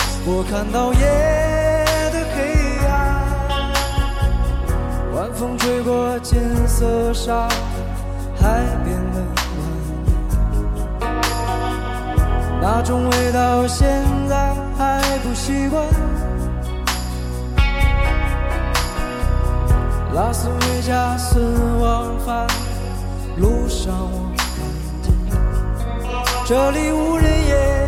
我看到夜的黑暗，晚风吹过金色沙滩，海边的晚烟。那种味道现在还不习惯。拉斯维加斯往返路上，我看见这里无人烟，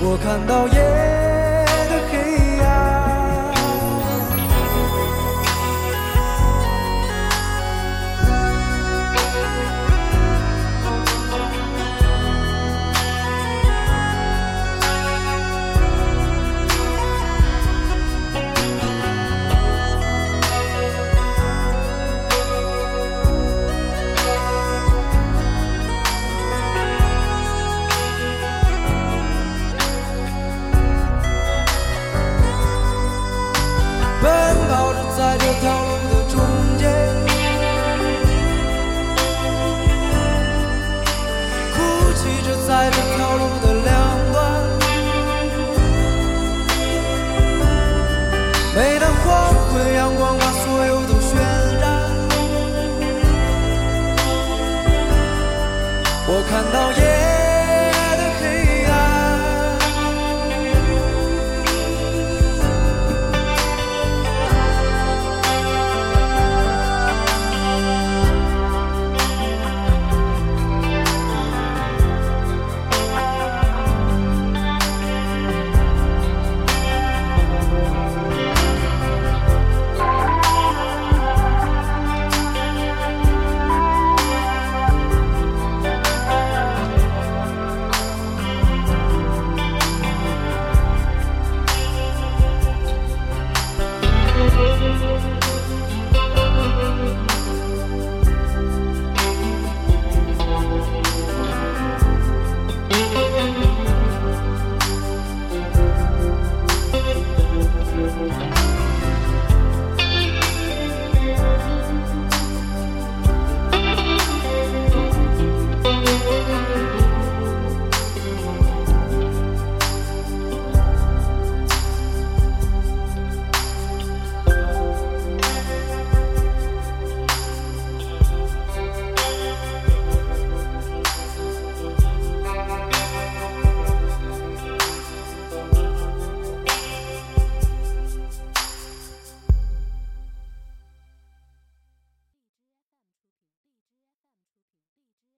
我看到夜的黑暗。黄昏，阳光把所有都渲染。我看到夜。